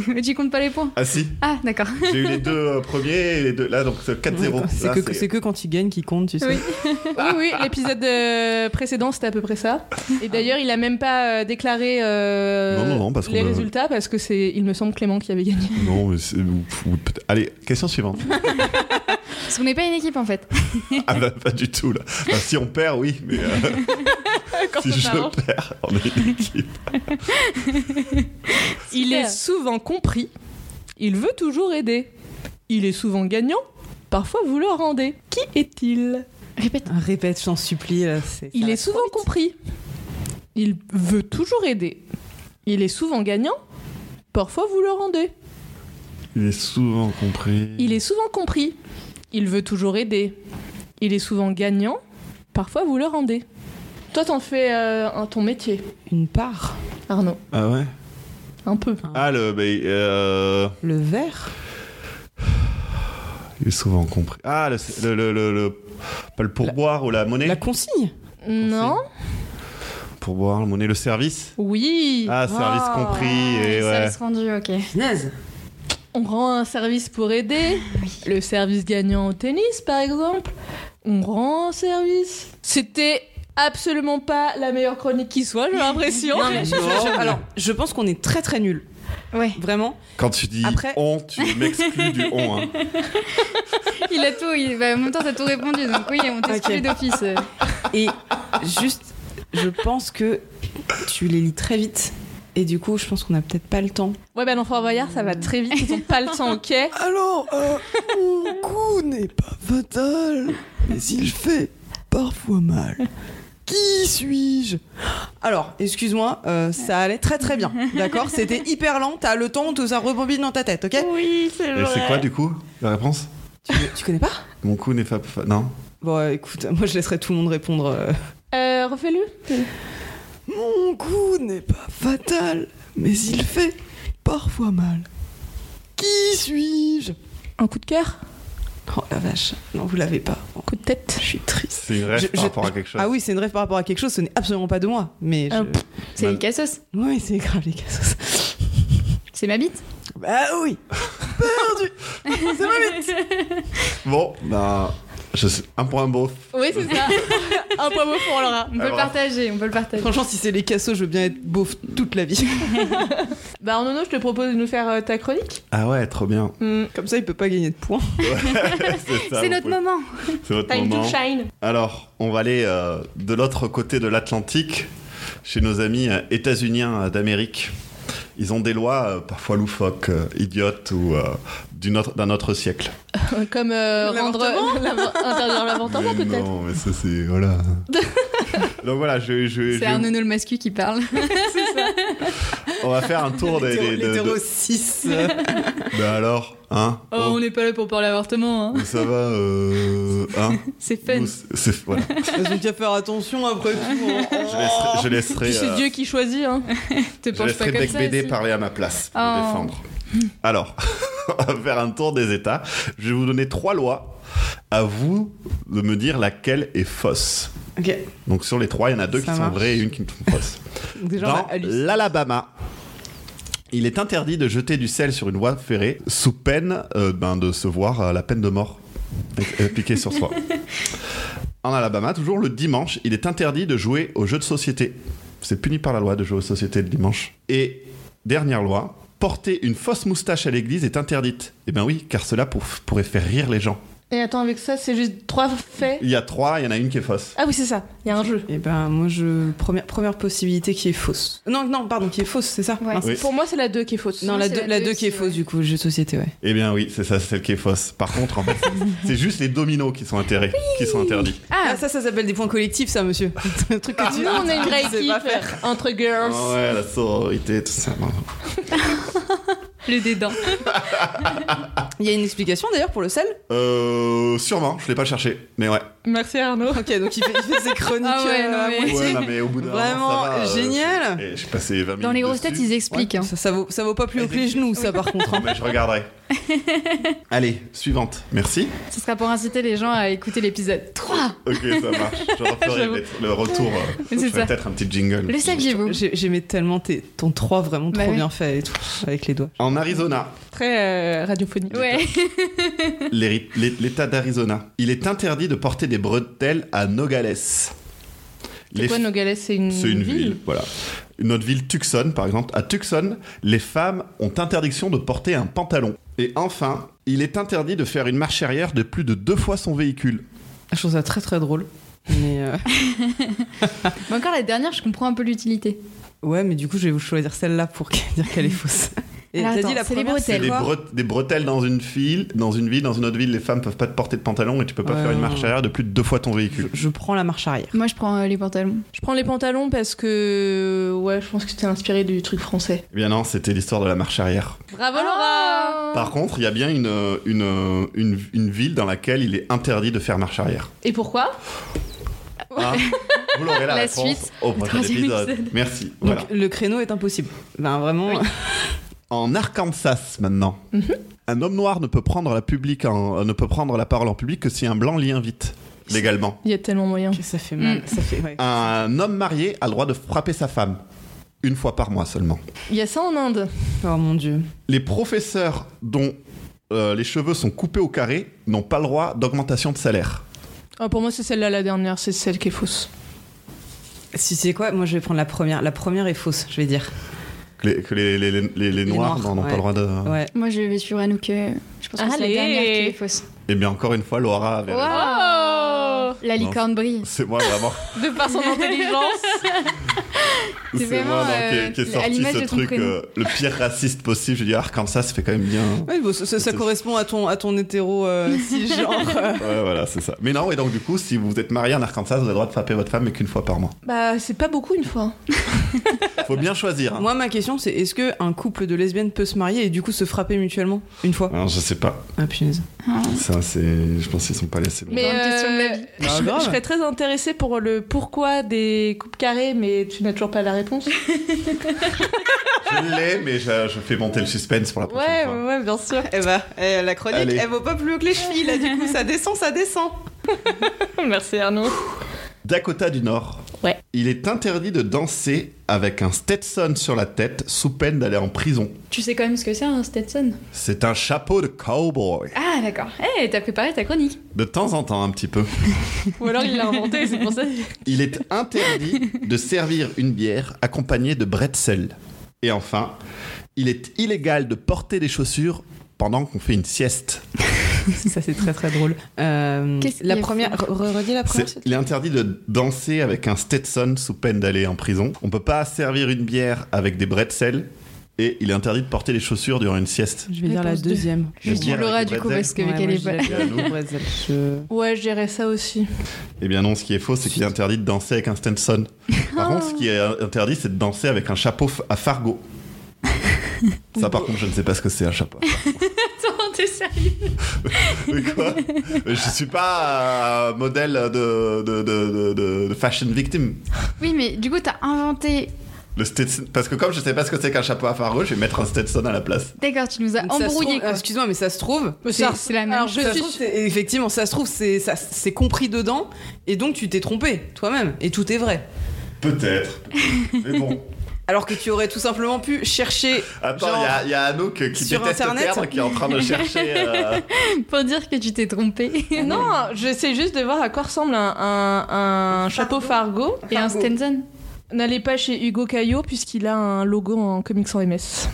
S3: Mais tu comptes pas les points
S2: Ah, si.
S3: Ah, d'accord.
S2: J'ai eu les deux euh, premiers et les deux. Là, donc c'est 4-0. Là,
S4: C'est que, c'est que quand il gagne qu'il compte, tu sais.
S3: Oui.
S1: Oui, oui, l'épisode euh, précédent, c'était à peu près ça. Et d'ailleurs, il a même pas euh, déclaré euh,
S2: Non, non, non, parce
S1: les
S2: qu'on a-
S1: résultats parce que c'est, il me semble, Clément qui avait gagné.
S2: Non, mais c'est- ou- ou peut-être- Allez, question suivante.
S1: (laughs)
S3: Parce qu'on n'est pas une équipe en fait.
S2: ah bah, pas du tout là. Enfin, si on perd, oui, mais euh,
S1: Quand
S2: (laughs) si
S1: on
S2: je
S1: s'arrange.
S2: perds, on est une équipe.
S1: Il est souvent compris. Il veut toujours aider. Il est souvent gagnant. Parfois, vous le rendez. Qui est-il
S3: Répète.
S4: Répète, je t'en supplie. Là, c'est- ça
S1: Il
S4: va
S1: est
S4: trop
S1: souvent
S4: vite.
S1: compris. Il veut toujours aider. Il est souvent gagnant. Parfois, vous le rendez.
S2: Il est souvent compris.
S1: Il est souvent compris. Il veut toujours aider. Il est souvent gagnant. Parfois, vous le rendez. Toi, t'en fais euh, un- ton métier,
S4: Une part.
S1: Arnaud.
S2: Ah ouais
S1: Un peu.
S2: Ah, le. bah, euh,
S4: Le verre.
S2: il est souvent compris. Ah, le. le, le, le- le- pas le pourboire ou la monnaie
S4: La consigne.
S1: Non
S2: Pourboire, la monnaie, le service
S1: Oui.
S2: Ah, service
S1: Oh,
S4: Ah,
S2: compris. Et ouais.
S3: Service rendu, ok.
S4: Naze.
S1: On rend un service pour aider.
S2: Ah
S1: Le service gagnant au tennis, par exemple. On rend un service. C'était absolument pas la meilleure chronique qui soit, j'ai l'impression.
S4: Non, mais je- je- alors, je pense qu'on est très très nuls.
S3: Ouais.
S4: Vraiment.
S2: Quand tu dis
S4: Après-
S2: on, tu m'exclus du on. hein.
S3: Il a tout, il... bah, en même temps, t'as tout répondu, donc oui, on t'exclut
S4: Ok.
S3: d'office. euh.
S4: Et juste, je pense que tu les lis très vite. Et du coup, je pense qu'on a peut-être pas le temps.
S1: Ouais, ben l'enfant voyard, ça va très vite, ils ont pas le temps, ok
S5: Alors, euh, mon
S4: (laughs)
S5: coup n'est pas fatal, mais il fait parfois mal.
S4: Qui suis-je Alors, excuse-moi, euh, ça allait très
S5: (laughs)
S4: très bien. D'accord C'était hyper lent. T'as le temps, tout ça rebobine dans ta tête, ok
S1: Oui, c'est
S2: Et c'est quoi, du coup, la réponse
S4: tu, tu connais pas
S2: Mon coup n'est pas. Non
S4: Bon, euh, écoute, moi je laisserai tout le monde répondre. euh.
S1: Euh, refais-le.
S5: Mon coup n'est pas fatal, mais il fait parfois mal. Qui suis-je
S1: Un coup de cœur,
S4: Oh la vache, non, vous l'avez pas. Oh,
S1: un coup de tête.
S4: je suis triste.
S2: C'est une rêve
S4: Je-
S2: par
S4: je-
S2: rapport à quelque chose.
S4: Ah oui, c'est une rêve par rapport à quelque chose, ce n'est absolument pas de moi. Mais je...
S1: Ah,
S3: C'est une cassos,
S4: Oui, c'est grave les cassos.
S3: c'est ma bite.
S5: Ah
S4: Bah oui
S3: (laughs)
S2: Bon, bah. Je sais- un point beauf.
S1: Oui, c'est ça. un point beau pour Laura.
S3: On peut
S2: Alors.
S3: le partager, on peut le partager.
S4: (laughs) Franchement, si c'est les cassos, je veux bien être beauf toute la vie. (laughs)
S1: Bah, Arnono, je te propose de nous faire euh, ta chronique.
S2: Ah ouais, trop bien.
S1: Hmm.
S4: Comme ça, il peut pas gagner de points.
S2: ça,
S3: C'est
S2: vous
S3: notre
S2: pouvez-
S3: moment.
S2: C'est votre
S1: Time
S2: moment.
S1: to shine.
S2: Alors, on va aller euh, de l'autre côté de l'Atlantique, chez nos amis euh, états-uniens euh, d'Amérique. Ils ont des lois euh, parfois loufoques, euh, idiotes ou euh, d'une autre- d'un autre, siècle.
S1: (laughs) Comme euh, rendre. (laughs) L'av- Interdire l'avortement,
S2: Mais
S1: peut-être.
S2: non, mais ça c'est voilà. (laughs) Donc voilà, je, je-
S3: C'est
S2: je-
S3: un nono le mascu qui parle.
S2: on va faire un tour
S3: (laughs)
S2: des. des- de- de-
S4: (laughs) 6.
S2: Ben alors, hein
S3: Oh, on n'est pas là pour parler avortement, hein.
S2: oh, Ça va, euh, hein
S3: C'est fun.
S2: Nous, c'est- c'est- voilà.
S4: J'ai qu'à faire attention après tout.
S2: Je
S5: hein.
S2: laisserai. Je laisserai,
S1: Puis c'est
S2: euh,
S1: Dieu qui choisit, hein.
S3: (laughs) Te
S2: Je
S3: penche pas
S2: laisserai
S3: comme
S2: Beck
S3: ça.
S2: BD
S3: si.
S2: parler à ma place pour
S3: Oh.
S2: défendre. Alors, (laughs) on va faire un tour des États. Je vais vous donner trois lois. À vous de me dire laquelle est fausse.
S4: Ok,
S2: Donc sur les trois, il y en a deux
S4: Ça
S2: qui sont
S4: marche.
S2: vraies et une qui sont fausses.
S4: donc déjà, on
S2: Dans
S4: a halluciné.
S2: l'Alabama, il est interdit de jeter du sel sur une voie ferrée sous peine euh, ben, de se voir euh, la peine de mort appliquée sur soi. En Alabama, toujours le dimanche, il est interdit de jouer aux jeux de société. C'est puni par la loi de jouer aux sociétés le dimanche. Et dernière loi, porter une fausse moustache à l'église est interdite. Eh ben oui, car cela pour- pourrait faire rire les gens.
S1: Et attends, avec ça, c'est juste trois faits.
S2: Il y a trois, il y en a une qui est fausse.
S1: Ah oui, c'est ça. Il y a un jeu.
S4: Eh ben, moi, je. Première, première possibilité qui est fausse. Non, non, pardon, qui est fausse, c'est ça
S3: Ouais.
S4: Mince.
S2: Oui.
S1: Pour moi, c'est la 2 qui est fausse.
S4: Non,
S3: Non,
S4: la
S3: c'est
S4: 2
S3: la
S4: la
S3: deux
S4: deux qui est
S3: aussi,
S4: fausse,
S3: ouais.
S4: du coup, jeu de société, ouais.
S2: Eh bien oui, c'est ça, c'est celle qui est fausse. Par contre, en fait, c'est juste les dominos qui sont, intérêts, qui sont interdits.
S4: Ah, ça, ça s'appelle des points collectifs,
S3: (laughs)
S4: ça, monsieur. un truc que
S3: Ah,
S4: tu.
S1: Nous, on est une vraie
S4: tu sais pas faire.
S1: équipe entre girls.
S2: Ah ouais, la sororité, tout ça.
S3: Le dédain.
S4: Il y a une explication d'ailleurs pour le sel.
S2: Euh, sûrement, je l'ai pas cherché, mais ouais.
S1: Merci Arnaud.
S4: Ok, donc il fait,
S3: (laughs)
S4: il fait ses chroniques.
S3: Ah ouais,
S4: euh,
S3: non,
S4: à
S3: mais-
S4: moitié.
S2: Ouais, non, mais au bout d'un moment,
S4: Vraiment
S2: ça va, euh,
S4: génial.
S2: Et j'ai passé 20 minutes.
S3: Dans les grosses
S2: dessus.
S3: têtes, ils expliquent. hein.
S4: Ça, ça vaut, ça vaut pas plus haut que les genoux, ça, par
S3: (laughs)
S4: contre.
S2: Non, mais je regarderai. Allez, suivante. Merci.
S3: Ce sera pour inciter les gens à écouter l'épisode 3.
S2: Ok, ça marche. Je referai
S3: (laughs) J'avoue.
S2: peut-être le retour. euh,
S3: C'est
S2: je ferai
S3: ça.
S2: peut-être un petit jingle.
S3: Le saviez-vous
S4: J'ai- J'aimais tellement tes- ton 3 vraiment
S3: Bah
S4: trop
S3: oui.
S4: bien fait et tout, avec les doigts.
S2: En Arizona,
S1: Très euh, radiophonique.
S3: Ouais.
S2: les ri- l'é- l'État d'Arizona, il est interdit de porter des bretelles à Nogales.
S1: C'est
S2: Les
S1: quoi Nogales C'est une,
S2: C'est une ville.
S1: ville.
S2: voilà. Une autre ville, Tucson, par exemple. À Tucson, les femmes ont interdiction de porter un pantalon. Et enfin, il est interdit de faire une marche arrière de plus de deux fois son véhicule.
S4: Je trouve ça très très drôle. Mais euh, (laughs)
S3: Mais encore la dernière, je comprends un peu l'utilité.
S4: ouais, mais du coup, je vais vous choisir celle-là pour (laughs) dire qu'elle est fausse. Et
S3: Alors,
S4: t'as
S3: attends,
S4: dit la
S3: c'est les
S4: première,
S2: C'est
S4: c'est
S2: des,
S4: quoi
S2: bret- des bretelles dans une ville, dans une ville, dans une autre ville, les femmes peuvent pas te porter de pantalon et tu peux pas
S4: Ouais,
S2: faire une
S4: non,
S2: marche
S4: non.
S2: arrière de plus de deux fois ton
S4: je,
S2: véhicule.
S4: je prends la marche arrière.
S3: Moi, je prends euh, les pantalons.
S1: Je prends les pantalons parce que. Ouais, je pense que tu t'es inspiré du truc français.
S2: Eh bien non, c'était l'histoire de la marche arrière.
S1: Bravo Oh, Laura
S3: Ah
S2: Par contre, il y a bien une, euh, une, euh, une, une ville dans laquelle il est interdit de faire marche arrière.
S1: Et pourquoi
S2: Hein Vous l'aurez la,
S3: La
S2: réponse
S3: suite
S2: au prochain
S3: troisième
S2: épisode.
S3: épisode.
S2: Merci.
S4: Donc
S2: Voilà.
S4: le créneau est impossible. Ben vraiment.
S2: En Arkansas maintenant,
S3: Mhm.
S2: un homme noir ne peut prendre la public en- euh, ne peut prendre la parole en public que si un blanc l'y invite légalement.
S1: Il y a tellement moyen.
S4: que (laughs) Ça fait mal.
S3: Mm.
S4: Ça fait. ouais.
S2: Un homme marié a le droit de frapper sa femme une fois par mois seulement.
S1: Il y a ça en Inde.
S4: Oh mon dieu.
S2: Les professeurs dont euh, les cheveux sont coupés au carré n'ont pas le droit d'augmentation de salaire.
S1: Ah, pour moi, c'est celle-là la dernière, c'est celle qui est fausse.
S4: Si c'est quoi Moi je vais prendre la première. La première est fausse, je vais dire.
S2: Que les, que les- les- les- les- les noirs
S4: Noirs,
S2: n'ont pas
S4: ouais.
S2: le droit de.
S4: Ouais.
S3: Moi, je vais sur Anouk. euh, Je pense que c'est la
S1: Allez.
S3: dernière qui est fausse.
S2: Et eh bien encore une fois, Laura avait raison.
S1: Oh
S3: La licorne brille.
S2: C'est moi vraiment.
S1: De par (laughs) son intelligence.
S3: C'est
S2: C'est moi
S3: vraiment,
S2: donc, qui-
S3: euh,
S2: qui, est
S3: à
S2: sorti
S3: l'image
S2: ce
S3: de ton
S2: truc
S3: prénom.
S2: euh, le pire raciste possible. Je dis ah comme ça, ça fait quand même bien. hein.
S4: Ouais, bon, ça, ça- ça
S2: C'est-
S4: correspond à ton à ton hétéro (laughs) euh, cisgenre. euh.
S2: Ouais, voilà, c'est ça. Mais non, et donc du coup, si vous êtes marié en Arkansas, vous avez le droit de frapper votre femme, mais qu'une fois par mois.
S1: bah, c'est pas beaucoup une fois.
S2: Faut bien choisir. hein.
S4: Moi ma question c'est est-ce que un couple de lesbiennes peut se marier et du coup se frapper mutuellement une fois
S2: Non, Hein, je sais pas.
S4: Ah punaise.
S2: Ça, c'est. Je pense qu'ils sont pas laissés.
S1: (laughs) Mais euh,
S3: Grande question de la vie.
S1: je,
S4: Ah,
S1: je
S4: grave.
S1: serais très intéressée pour le pourquoi des coupes carrées, mais tu n'as toujours pas la réponse.
S2: Je l'ai, mais je, je fais monter le suspense pour la prochaine fois.
S1: ouais, bien sûr. (laughs)
S4: Eh ben, eh, la chronique,
S2: Allez.
S4: elle vaut pas plus haut que les chevilles, là, du coup, ça descend, ça descend.
S1: Merci Arnaud.
S2: Dakota du Nord.
S1: Ouais.
S2: Il est interdit de danser avec un Stetson sur la tête sous peine d'aller en prison.
S3: Tu sais quand même ce que c'est, un Stetson
S2: C'est un chapeau de cowboy.
S3: Ah, d'accord. Eh, t'as préparé ta chronique.
S2: De temps en temps, un petit peu.
S1: Ou alors (laughs) il l'a inventé, c'est pour ça.
S2: Il est interdit de servir une bière accompagnée de bretzel. Et enfin, il est illégal de porter des chaussures pendant qu'on fait une sieste.
S4: (laughs) Ça, c'est très très drôle. Euh,
S3: Qu'est-ce
S4: la
S3: qu'il a
S4: première.
S3: fait
S4: re- Redis la
S2: C'est-
S4: première. s'il te
S2: il est interdit de danser avec un Stetson sous peine d'aller en prison. On peut pas servir une bière avec des bretzel. Et il est interdit de porter des chaussures durant une sieste.
S4: plaît. Je vais
S3: Réponse
S4: dire la
S3: deux.
S4: deuxième.
S2: Je
S3: Juste
S2: dis
S3: pour
S2: avec
S3: Laura,
S2: les
S3: du coup,
S2: bretzels.
S3: parce que vu
S4: Ouais,
S3: qu'elle
S4: moi,
S3: est
S4: je
S3: pas là.
S4: dis la-
S2: là.
S4: Bretzel, je-
S1: Ouais, je dirais ça aussi.
S2: Eh bien non, ce qui est faux, c'est qu'il est interdit de danser avec un Stetson. Par contre, ce qui est interdit, c'est de danser avec un chapeau f- à fardeau. Ça, par contre, je ne sais pas ce que c'est un chapeau.
S3: Attends, t'es sérieux
S2: (laughs) Mais quoi Je suis pas euh, modèle de, de, de, de, de fashion victim.
S3: Oui, mais du coup, t'as inventé.
S2: Le Stetson- Parce que comme je sais pas ce que c'est qu'un chapeau à fardeau, je vais mettre un Stetson à la place.
S3: D'accord, tu nous as
S4: Donc, ça se
S3: Bah, embrouillé,
S4: trouve-
S3: quoi.
S4: ah, Excuse-moi, mais ça se trouve.
S1: Mais
S3: C'est-
S1: ça-
S3: c'est la même
S4: Alors,
S3: chose.
S1: Ça
S4: je
S1: se
S4: suis...
S1: trouve,
S4: c'est- Effectivement, ça se trouve, c'est ça- c'est compris dedans, et donc tu t'es trompé toi-même, et tout est vrai.
S2: Peut-être. Mais bon.
S4: Alors que tu aurais tout simplement pu chercher.
S2: (laughs) Attends,
S4: Genre,
S2: il y a- il y, a Anouk qui
S4: sur
S2: déteste
S4: Internet
S2: perdre, qui est en train de chercher. euh,
S3: Pour dire que tu t'es
S4: (laughs)
S3: trompé.
S1: Non, j'essaie juste de voir à quoi ressemble un, un- un chapeau Fargo.
S3: Et un Stenson
S1: N'allez pas chez Hugo Caillot puisqu'il a un logo en comics sans MS.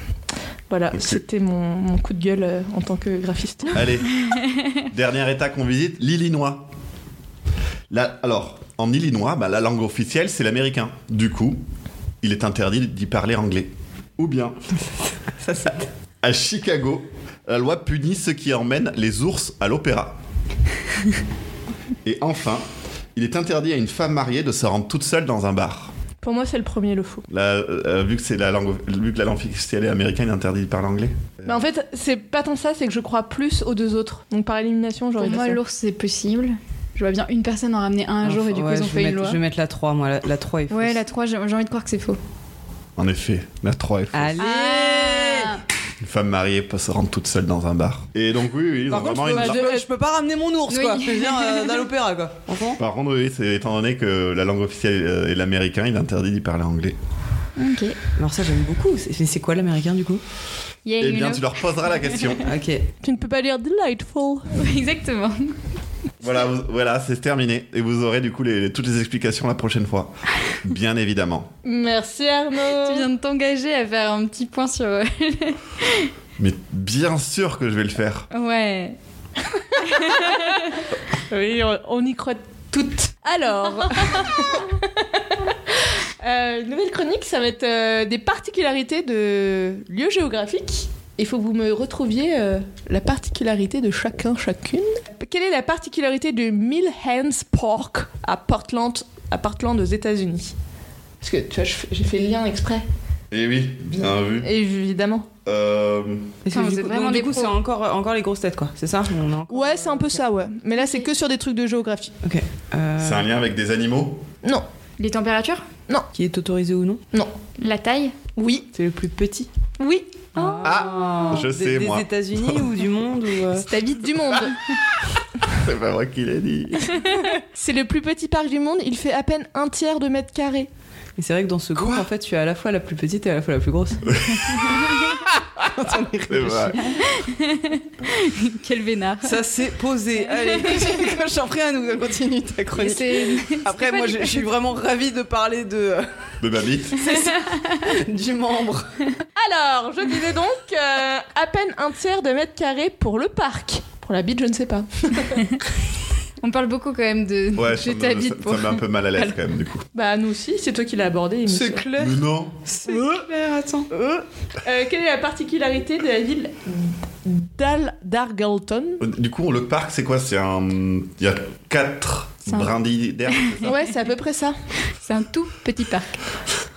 S1: Voilà,
S2: Ok.
S1: c'était mon, mon coup de gueule euh, en tant que graphiste.
S2: Allez, dernier état qu'on visite, l'Illinois. La- Alors, en Illinois, bah, la langue officielle, c'est l'américain. Du coup, il est interdit d'y parler anglais. Ou bien,
S4: Ça, ça.
S2: à Chicago, la loi punit ceux qui emmènent les ours à l'opéra. Et enfin, il est interdit à une femme mariée de se rendre toute seule dans un bar.
S1: Pour moi, c'est le premier le faux.
S2: Là, euh, vu, que c'est la langue, vu que la langue officielle est américaine, il est interdit de parler anglais.
S1: Mais en fait, c'est pas tant ça, c'est que je crois plus aux deux autres. Donc par élimination,
S3: Pour
S1: j'aurais dit
S3: moi,
S1: ça.
S3: l'ours, c'est possible. Je vois bien une personne en ramener un un jour et du coup,
S4: Ouais,
S3: ils ont
S4: je
S3: fait
S4: vais
S3: une
S4: mettre-
S3: loi.
S4: Je vais mettre la 3, moi, la, la 3 est fausse.
S3: Ouais, la 3, j'ai j'ai envie de croire que c'est faux.
S2: En effet, la 3 est fausse.
S4: Allez
S3: Ah.
S2: Une femme mariée peut se rendre toute seule dans un bar. Et donc oui, oui ils
S4: Par
S2: ont
S4: contre,
S2: vraiment
S4: je
S2: une...
S4: peux, je peux- je peux pas ramener mon ours,
S3: Oui.
S4: quoi. Je veux dire, euh,
S3: (laughs)
S4: dans l'opéra, quoi. Entends
S2: Par contre, oui, c'est étant donné que la langue officielle euh, est l'américain, il est interdit d'y parler anglais.
S3: Ok.
S4: Alors, ça, j'aime beaucoup. C'est- Mais c'est quoi l'américain, du coup
S3: Yeah,
S2: Eh
S3: you
S2: bien,
S3: know.
S2: tu leur poseras la
S4: (laughs)
S2: question.
S4: Ok.
S1: Tu ne peux pas lire Delightful.
S3: (laughs) Exactement.
S2: voilà, vous- voilà, c'est terminé. Et vous aurez du coup les- les- toutes les explications la prochaine
S4: (laughs)
S2: fois. Bien évidemment.
S1: Merci Arnaud.
S3: Tu viens de t'engager à faire un petit point sur. euh,
S2: Mais bien sûr que je vais le faire.
S3: Ouais.
S1: Oui, on, on y croit toutes. Alors, (laughs) Euh, nouvelle chronique, ça va être euh, des particularités de lieux géographiques. Il faut que vous me retrouviez euh, la particularité de chacun, chacune. Quelle est la particularité de Millhands Park à Portland, à Portland aux États-Unis Parce que tu vois, je fais- j'ai fait le lien exprès,
S2: Et Eh oui, bien vu.
S1: évidemment.
S2: Euh,
S4: Parce que
S3: Enfin,
S4: du
S3: vous êtes
S4: coup-
S3: vraiment
S4: donc,
S3: des
S4: du coup,
S3: pros.
S4: c'est encore, encore les grosses têtes, quoi. C'est ça On a-
S1: Ouais, c'est un peu ça, ouais. Mais là, c'est que sur des trucs de géographie.
S4: Ok. Euh,
S2: C'est un lien avec des animaux (laughs)
S1: Non,
S3: Les températures
S4: Qui est autorisé ou non
S1: non,
S3: La taille
S1: oui,
S4: C'est le plus petit.
S1: oui.
S2: Ah, je
S4: Des-
S2: sais,
S4: Des
S2: moi.
S4: États-Unis ou du monde
S2: (laughs)
S4: ou, euh,
S1: C'est la ville du monde. (laughs)
S2: C'est pas moi qui l'ai
S4: (laughs)
S2: dit.
S1: C'est le plus petit parc du monde, il fait à peine un tiers de mètre carré.
S4: Et c'est vrai que dans ce groupe, en fait, tu es à la fois la plus petite et à la fois la plus
S2: (laughs)
S4: grosse. (laughs)
S2: C'est vrai.
S3: (laughs) Quel vénard
S4: Ça c'est
S3: (laughs)
S4: posé. Allez, (laughs) coche en à hein, nous, continue ta
S3: Et
S4: chronique.
S3: c'est-
S4: Après, moi, je je suis vraiment ravie de parler de, euh,
S2: De ma bite.
S4: du
S3: (laughs)
S4: membre.
S1: Alors, je disais donc euh, à peine un tiers de mètre carré pour le parc. Pour la bite, je ne sais pas.
S3: On parle beaucoup quand même de,
S2: Ouais,
S3: de
S2: ça me,
S3: ta
S2: ça-
S3: bite
S2: ça
S3: pour-
S2: me met un peu
S4: (laughs)
S2: mal à l'aise quand même, du coup.
S1: Bah nous aussi, c'est toi qui l'as abordé. Émilie.
S4: C'est clair.
S2: Mais non
S4: C'est clair, attends.
S1: Euh, quelle est la particularité de la ville d'Al d'Argleton
S2: Du coup, le parc, c'est quoi C'est un. Il y a quatre
S3: C'est un-
S2: brindilles d'herbe. (laughs) c'est ça
S1: (laughs) Ouais, c'est à peu près ça.
S3: (laughs) C'est un tout petit parc.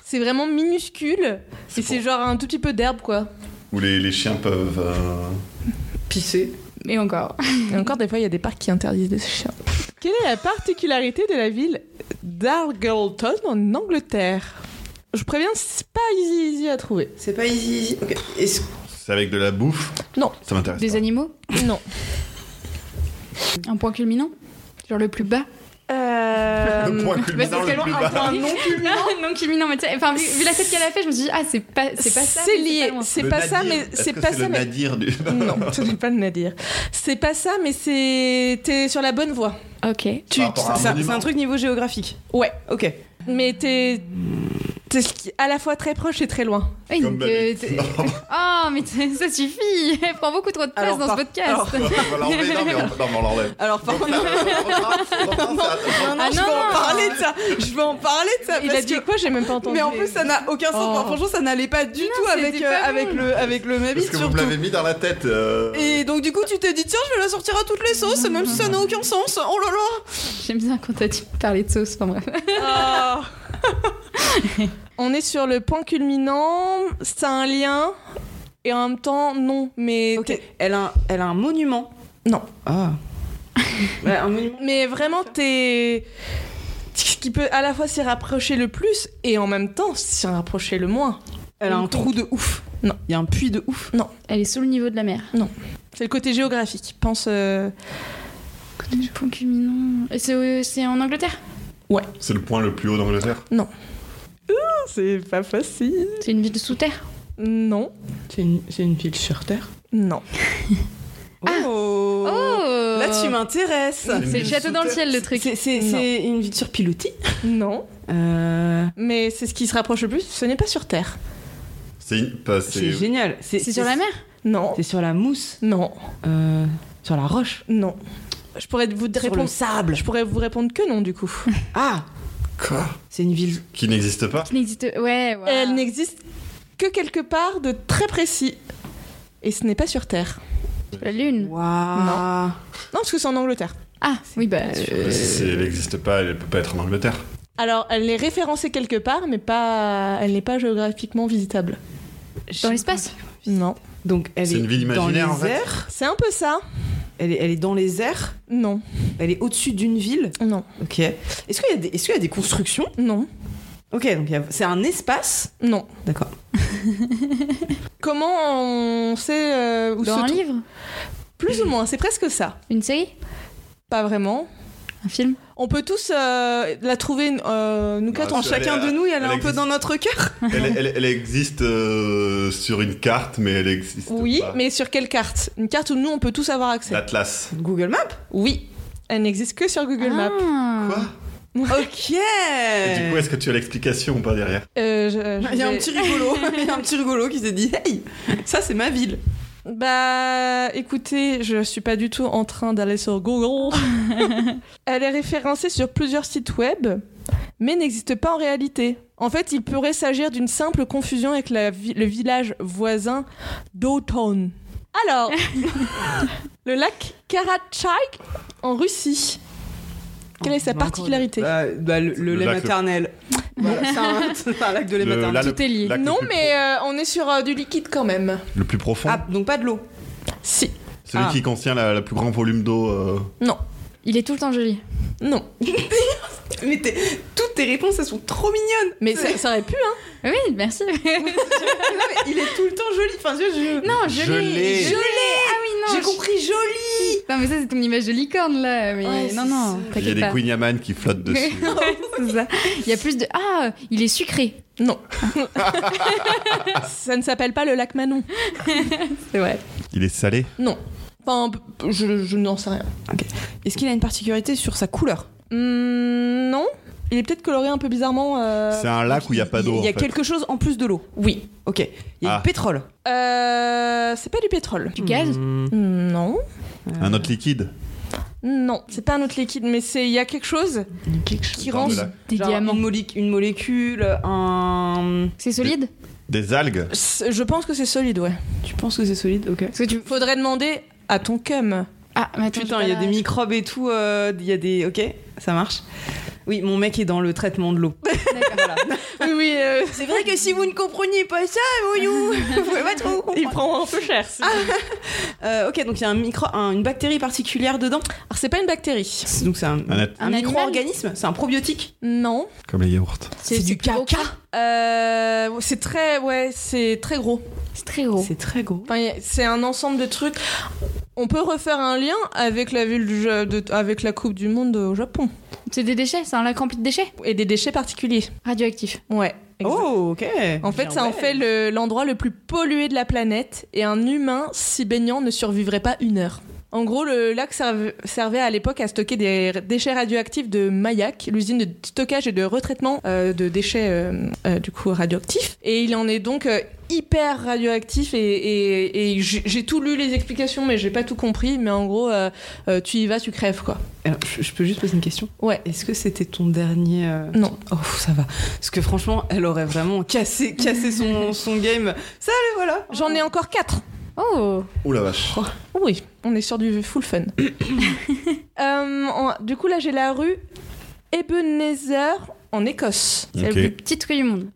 S1: C'est vraiment minuscule.
S2: C'est
S1: Et c'est
S2: pour-
S1: genre un tout petit peu d'herbe, quoi.
S2: Où les, les chiens peuvent. euh,
S4: Pisser.
S3: Et encore.
S1: Et encore, des fois, il y a des parcs qui interdisent des chiens. Quelle est la particularité de la ville d'Argleton en Angleterre Je préviens, c'est pas easy, easy à trouver.
S4: C'est pas easy, easy. Ok. Est-ce-
S2: C'est avec de la bouffe
S1: Non.
S2: Ça m'intéresse.
S3: Des
S2: pas.
S3: animaux
S1: Non. (laughs)
S3: Un point culminant Genre le plus bas
S2: Le point culminant
S3: parce
S2: le
S3: qu'elle
S2: plus
S3: a un
S2: bas.
S3: point non culminant (laughs) Non culminant, mais tu sais, enfin, vu, vu la tête qu'elle a fait, je me suis dit, ah, c'est pas, c'est pas ça.
S1: C'est
S3: mais
S1: lié.
S3: pas loin.
S1: C'est
S2: Le
S1: pas ça,
S2: nadir.
S1: mais
S2: Est-ce
S1: c'est
S2: que
S1: pas
S2: c'est
S1: ça,
S2: le
S1: mais Mm,
S2: nadir du. (laughs)
S1: non, ce n'est pas le nadir. C'est pas ça, mais c'est t'es sur la bonne voie.
S3: Ok.
S4: tu-
S2: Par rapport à un
S4: C'est un-
S2: monument.
S4: c'est un truc niveau géographique.
S1: Ouais,
S4: Ok.
S1: mais t'es t'es à la fois très proche et très loin.
S3: Oui,
S2: Comme
S3: donc,
S2: ma
S3: euh,
S2: bite. (laughs)
S3: t'es-
S2: Non.
S3: oh, mais t'es- ça suffit (laughs) Elle prend beaucoup trop de place
S4: Alors,
S3: dans
S4: par-
S3: ce podcast.
S4: alors-
S2: On va l'enlever, non, mais on, non, mais on l'enlève.
S4: Alors, par
S2: On
S4: contre.
S2: reprend, on reprend, on reprend, c'est-
S4: Non, non,
S3: Ah
S4: je
S3: non.
S4: vais en parler de ça. Je vais en parler de ça.
S1: Il
S4: parce
S1: a dit
S4: que-
S1: quoi J'ai même pas entendu.
S4: Mais en plus, ça n'a aucun sens.
S1: Oh.
S4: Enfin, franchement, ça n'allait pas du tout avec,
S3: c'était
S4: euh,
S3: pas
S4: avec,
S3: bon.
S4: le, avec le Mavis,
S2: Parce que vous
S4: surtout.
S2: me l'avez mis dans la tête. euh,
S4: Et donc, du coup, tu t'es dit, tiens, je vais la sortir à toutes les sauces, même si ça n'a aucun sens. Oh là là.
S3: J'aime bien quand t'as dit parler de sauce, enfin bref.
S1: Ah. (laughs) On est sur le point culminant. C'est un lien et en même temps non, mais
S4: Ok,
S1: t'es-
S4: elle a, un- elle a un monument.
S1: non.
S4: (laughs) Ah. un monument.
S1: Mais vraiment, t'es ce qui peut à la fois s'y rapprocher le plus et en même temps s'y rapprocher le moins.
S4: Elle a un trou de ouf.
S1: Non.
S4: Il y a un puits de ouf.
S3: Elle est sous le niveau de la mer.
S1: C'est le côté géographique. Pense. euh,
S3: Point culminant. Et C'est euh, c'est en Angleterre
S2: C'est le point le plus haut d'Angleterre.
S1: C'est pas facile.
S3: C'est une ville sous terre
S1: Non,
S4: C'est une, ville sur Terre.
S1: non.
S4: Oh.
S3: Oh
S4: Là, tu m'intéresses.
S2: Une
S3: C'est le
S2: ville
S3: château
S2: sous
S3: dans le
S2: terre.
S3: ciel, le truc.
S4: C'est- C'est
S1: Non.
S4: c'est une ville sur pilotis.
S1: Non,
S4: Euh,
S1: mais c'est ce qui se rapproche le plus. Ce n'est pas sur Terre.
S2: C'est une- pas- c'est-
S4: C'est génial.
S3: C'est sur la mer
S1: Non,
S4: C'est sur la mousse.
S1: non,
S4: Euh, sur la roche.
S1: non. Je pourrais vous répondre.
S4: sable.
S1: Je pourrais vous répondre que non du coup.
S4: Ah
S2: Quoi
S4: C'est une ville.
S2: Qui n'existe pas
S3: Qui n'existe. Ouais, ouais.
S1: Elle n'existe que quelque part de très précis. Et ce n'est pas sur Terre.
S3: La lune.
S4: Waouh.
S1: Non, parce que c'est en Angleterre.
S3: Ah, oui, bah. euh,
S2: Si c'est- elle n'existe pas, elle peut pas être en Angleterre.
S1: Alors, elle est référencée quelque part, mais pas. Elle n'est pas géographiquement visitable.
S3: Dans l'espace
S1: Non.
S4: Donc elle est,
S2: C'est une ville
S4: dans les
S2: imaginaire, en fait.
S4: airs.
S1: C'est un peu ça.
S4: Elle est, elle est dans les airs.
S1: Non,
S4: Elle est au-dessus d'une ville.
S1: non,
S4: Ok. Est-ce qu'il y, a des- est-ce qu'il y a des constructions
S1: non,
S4: Ok, donc il y a- c'est un espace.
S1: non.
S4: D'accord.
S1: Comment on sait euh, où
S3: Dans
S1: se
S3: un
S1: trouve-
S3: livre
S1: Plus ou moins, c'est presque ça.
S3: Une série
S1: Pas vraiment.
S3: Un film
S1: On peut tous euh, la trouver, euh, nous quatre,
S2: Bah,
S1: en
S4: Attends,
S2: c'est-
S1: chacun.
S4: chacun
S2: elle est-
S4: de nous, elle est
S2: elle
S4: un peu
S2: existe.
S4: dans
S2: (laughs)
S4: notre cœur.
S2: Elle, elle- elle existe euh, sur une carte, mais elle existe
S1: Oui,
S2: pas. Bah.
S1: mais sur quelle carte Une carte où nous, on peut tous avoir accès.
S2: L'Atlas.
S4: Google Maps.
S1: Oui, elle n'existe que sur Google Maps.
S3: Ah.
S2: Quoi (laughs)
S4: Ok.
S2: Et Du coup, est-ce que tu as l'explication ou pas derrière
S1: Euh, je- je
S4: Il y a un
S1: vais-
S4: petit
S1: (laughs)
S4: rigolo, il y a un petit rigolo qui s'est dit Hey, ça c'est ma ville.
S1: Bah, écoutez, je suis pas du tout en
S3: (laughs)
S1: train d'aller sur Google. Elle est référencée sur plusieurs sites web, mais n'existe pas en réalité. En fait, il pourrait s'agir d'une simple confusion avec la vi- le village voisin d'Auton.
S3: (laughs)
S1: Alors, le lac Karachay en Russie. Quelle est sa particularité
S4: Bah, bah, le, le
S2: Le
S4: lait
S2: lac-
S1: (laughs)
S4: maternel. Voilà, c'est un, (laughs) c'est un lac de lait
S2: Le-
S4: maternel.
S2: là, Ah, le-
S3: Tout est lié.
S2: lac le
S1: Non,
S2: plus
S1: mais euh, on est sur euh, du liquide quand même.
S2: pro- Le plus profond.
S4: Ah, donc pas de l'eau.
S1: Si.
S2: Celui
S4: ah.
S2: qui contient la, la plus grand volume d'eau. euh,
S3: Il est tout le temps joli.
S1: Non.
S4: Mais t'es- toutes tes réponses, elles sont trop mignonnes.
S1: Mais ça, ça aurait pu, hein.
S3: Oui, merci.
S4: Non, mais il est tout le temps joli. Enfin, je, je-
S3: (laughs) non,
S2: Je
S3: joli.
S2: l'ai.
S3: Joli. Ah oui, non.
S4: j'ai
S3: je-
S4: compris joli.
S3: Non, mais ça, c'est ton image de licorne, là. Mais
S4: Ouais,
S3: non,
S4: c'est
S3: non,
S2: Il y a
S3: t'inquiète
S2: des
S3: pas.
S2: Queen Yaman qui flottent dessus.
S3: (laughs) C'est ça. Il y a plus de. Ah, il est sucré.
S1: Non. (laughs) ça ne s'appelle pas le lac Manon.
S3: C'est vrai.
S2: Il est salé.
S1: Non. Enfin, p- je, je n'en sais rien.
S4: Est-ce qu'il a une particularité sur sa couleur
S1: Hmm, non. Il est peut-être coloré un peu bizarrement. euh,
S2: C'est un lac où il n'y a pas d'eau.
S4: Il y a
S2: en fait.
S4: quelque chose en plus de l'eau.
S1: Oui.
S4: Ok. Il y a
S2: Ah.
S4: du pétrole.
S1: Euh, c'est pas du pétrole.
S3: Du gaz
S4: Mhm.
S2: Hmm.
S1: Non.
S2: Un autre liquide.
S1: Non. C'est pas un autre liquide, mais c'est il y a quelque chose qui
S2: Dans
S1: rend.
S2: le lac.
S3: Des
S4: Genre
S3: diamants.
S4: Une, molé- une molécule, un.
S3: C'est solide
S2: Des algues.
S1: C'est- Je pense que c'est solide, ouais.
S4: Tu penses que c'est solide Ok.
S3: Parce que tu.
S1: Faudrait demander à ton cum.
S3: Ah, mais attends,
S4: Putain,
S3: j'ai
S4: il y a
S3: pas
S4: des
S3: la-
S4: microbes et tout. euh, Il y a des. Ok, ça marche. Oui, mon mec est dans le traitement de l'eau.
S1: Oui,
S4: (laughs)
S1: oui. euh.
S4: C'est vrai que si vous ne compreniez pas ça,
S1: (laughs)
S4: voyou, vous pouvez pas trop Euh,
S1: Il prend un peu cher. c'est-
S4: (laughs) ok, donc il y a un micro, un- une bactérie particulière dedans.
S1: Alors c'est pas une bactérie.
S4: C'est- Donc c'est un,
S2: Un at-
S4: un
S3: animal
S4: micro-organisme, c'est un probiotique.
S1: Non.
S2: Comme les yaourts.
S4: C'est du
S3: plus gros
S4: caca.
S3: que-
S1: Euh, c'est très, ouais, c'est très gros.
S3: C'est très
S1: Oh.
S3: gros.
S4: C'est très gros.
S1: Enfin, y a- c'est un ensemble de trucs. On peut refaire un lien avec la ville du Ja- de- avec la Coupe du Monde au Japon
S3: C'est des déchets, c'est un lac rempli de déchets
S1: et des déchets particuliers.
S3: radioactifs.
S1: Ouais. exact.
S4: Oh, ok.
S1: En fait, ça en fait le- l'endroit le, plus pollué de la planète et un humain s'y baignant ne survivrait pas une heure. En gros, le lac serv- servait à l'époque à stocker des r- déchets radioactifs de Mayak, l'usine de stockage et de retraitement euh, de déchets euh, euh, du coup radioactifs. Et il en est donc euh, hyper radioactif et, et- et j'ai j'ai tout lu les explications, mais j'ai pas tout compris. Mais en gros, euh, euh, tu y vas, tu crèves quoi.
S4: Alors, je, je peux juste poser une question.
S1: Ouais.
S4: Est-ce que c'était ton dernier euh,
S1: Non.
S4: Oh, ça va. Parce que franchement, elle aurait vraiment cassé,
S1: (laughs)
S4: cassé son, son game. Ça, allez, voilà.
S1: J'en ai encore quatre.
S3: Oh
S2: Ouh la vache.
S1: Oui, on est sur du full fun. Euh, en- du coup, là, j'ai la rue Ebenezer en Écosse. C'est la
S2: Ok.
S1: plus-
S3: Petite rue du monde.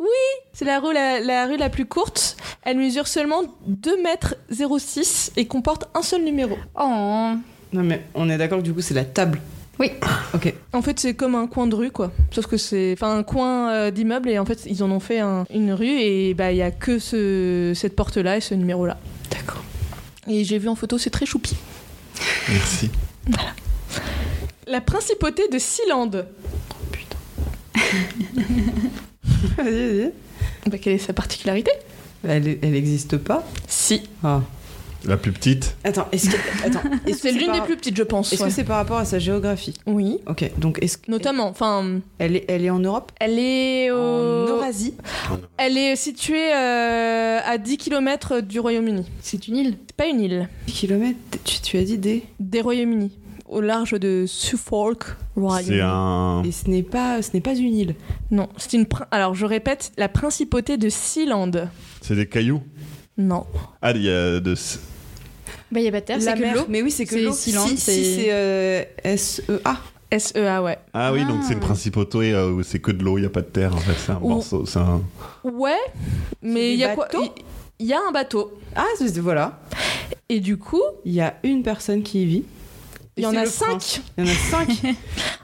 S1: C'est la, rue la, la rue la plus courte. Elle mesure seulement 2 mètres 06 et comporte un seul numéro.
S3: Oh
S4: Non, mais on est d'accord que du coup, c'est la table. (laughs)
S3: Oui.
S4: Ok.
S1: En fait, c'est comme un coin de rue, quoi. Sauf que c'est enfin un coin euh, d'immeuble et en fait, ils en ont fait un- une rue et bah il y a que ce- cette porte-là et ce numéro-là.
S4: D'accord.
S1: Et j'ai vu en photo, c'est très choupi.
S2: Merci.
S1: La principauté de Sealand.
S4: Vas-y, vas-y.
S1: Bah, quelle est sa particularité
S4: Elle, elle existe pas.
S1: Si.
S4: Ah.
S2: La plus petite.
S4: Attends, est-ce que attends, est-ce
S1: (laughs)
S4: que
S1: C'est l'une
S4: par-
S1: des plus petites, je pense.
S4: Est-ce
S1: ouais.
S4: que c'est par rapport à sa géographie
S1: Oui.
S4: Ok, donc est-ce que-
S1: Notamment, enfin,
S4: elle est elle est en Europe
S1: elle est au-
S4: En Eurasie.
S1: elle est située euh, à 10 km du Royaume-Uni.
S3: C'est une île.
S1: C'est pas une île,
S4: 10 km, tu, tu as dit des
S1: des Royaumes-Unis, au large de Suffolk,
S2: C'est
S1: Royaume-Uni.
S2: un.
S4: et ce n'est pas ce n'est pas une île.
S1: Non, c'est une. prin- Alors, je répète, la principauté de Sealand.
S2: C'est des cailloux.
S1: Non.
S2: Ah, il y a de.
S3: Bah, il y a pas de terre, c'est
S4: La
S3: que de
S4: mer,
S3: l'eau.
S4: Mais oui, c'est que
S3: C'est
S4: l'eau.
S3: Sealand,
S4: si,
S3: c'est-
S4: si, c'est S E A.
S1: S-E-A, ouais.
S2: Ah oui, donc
S3: Ah.
S2: c'est une principauté euh, où c'est que de l'eau, il n'y a pas de terre en fait. C'est un
S1: Ou-
S2: morceau. C'est un.
S1: Ouais, mais
S4: des
S1: il y a quoi
S4: bateaux
S1: il- Il y a un bateau.
S4: Ah c'est- voilà,
S1: Et du coup,
S4: il y a une personne qui y vit. Et
S1: il y en
S4: c'est
S1: a
S4: le prince.
S1: cinq.
S4: Il y en a cinq.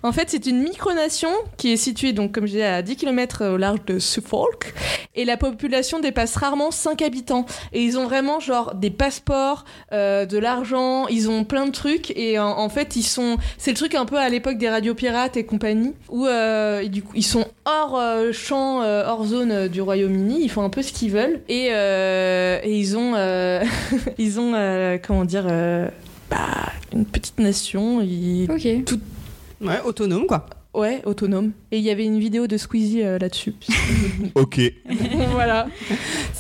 S1: En fait, c'est une micronation qui est située, donc, comme je disais, à 10 km au large de Suffolk. Et la population dépasse rarement 5 habitants. Et ils ont vraiment, genre, des passeports, euh, de l'argent, ils ont plein de trucs. Et en, en fait, ils sont. C'est le truc un peu à l'époque des radios pirates et compagnie, où euh, et du coup, ils sont hors euh, champ, euh, hors zone euh, du Royaume-Uni. Ils font un peu ce qu'ils veulent. Et, euh, et ils ont. euh, (laughs) ils ont. euh, comment dire. euh, bah, une petite nation. Ils
S3: Ok.
S4: ouais, autonome quoi.
S1: Ouais, autonome. Et il y avait une vidéo de Squeezie euh,
S4: (laughs)
S1: là-dessus.
S2: Ok.
S1: voilà.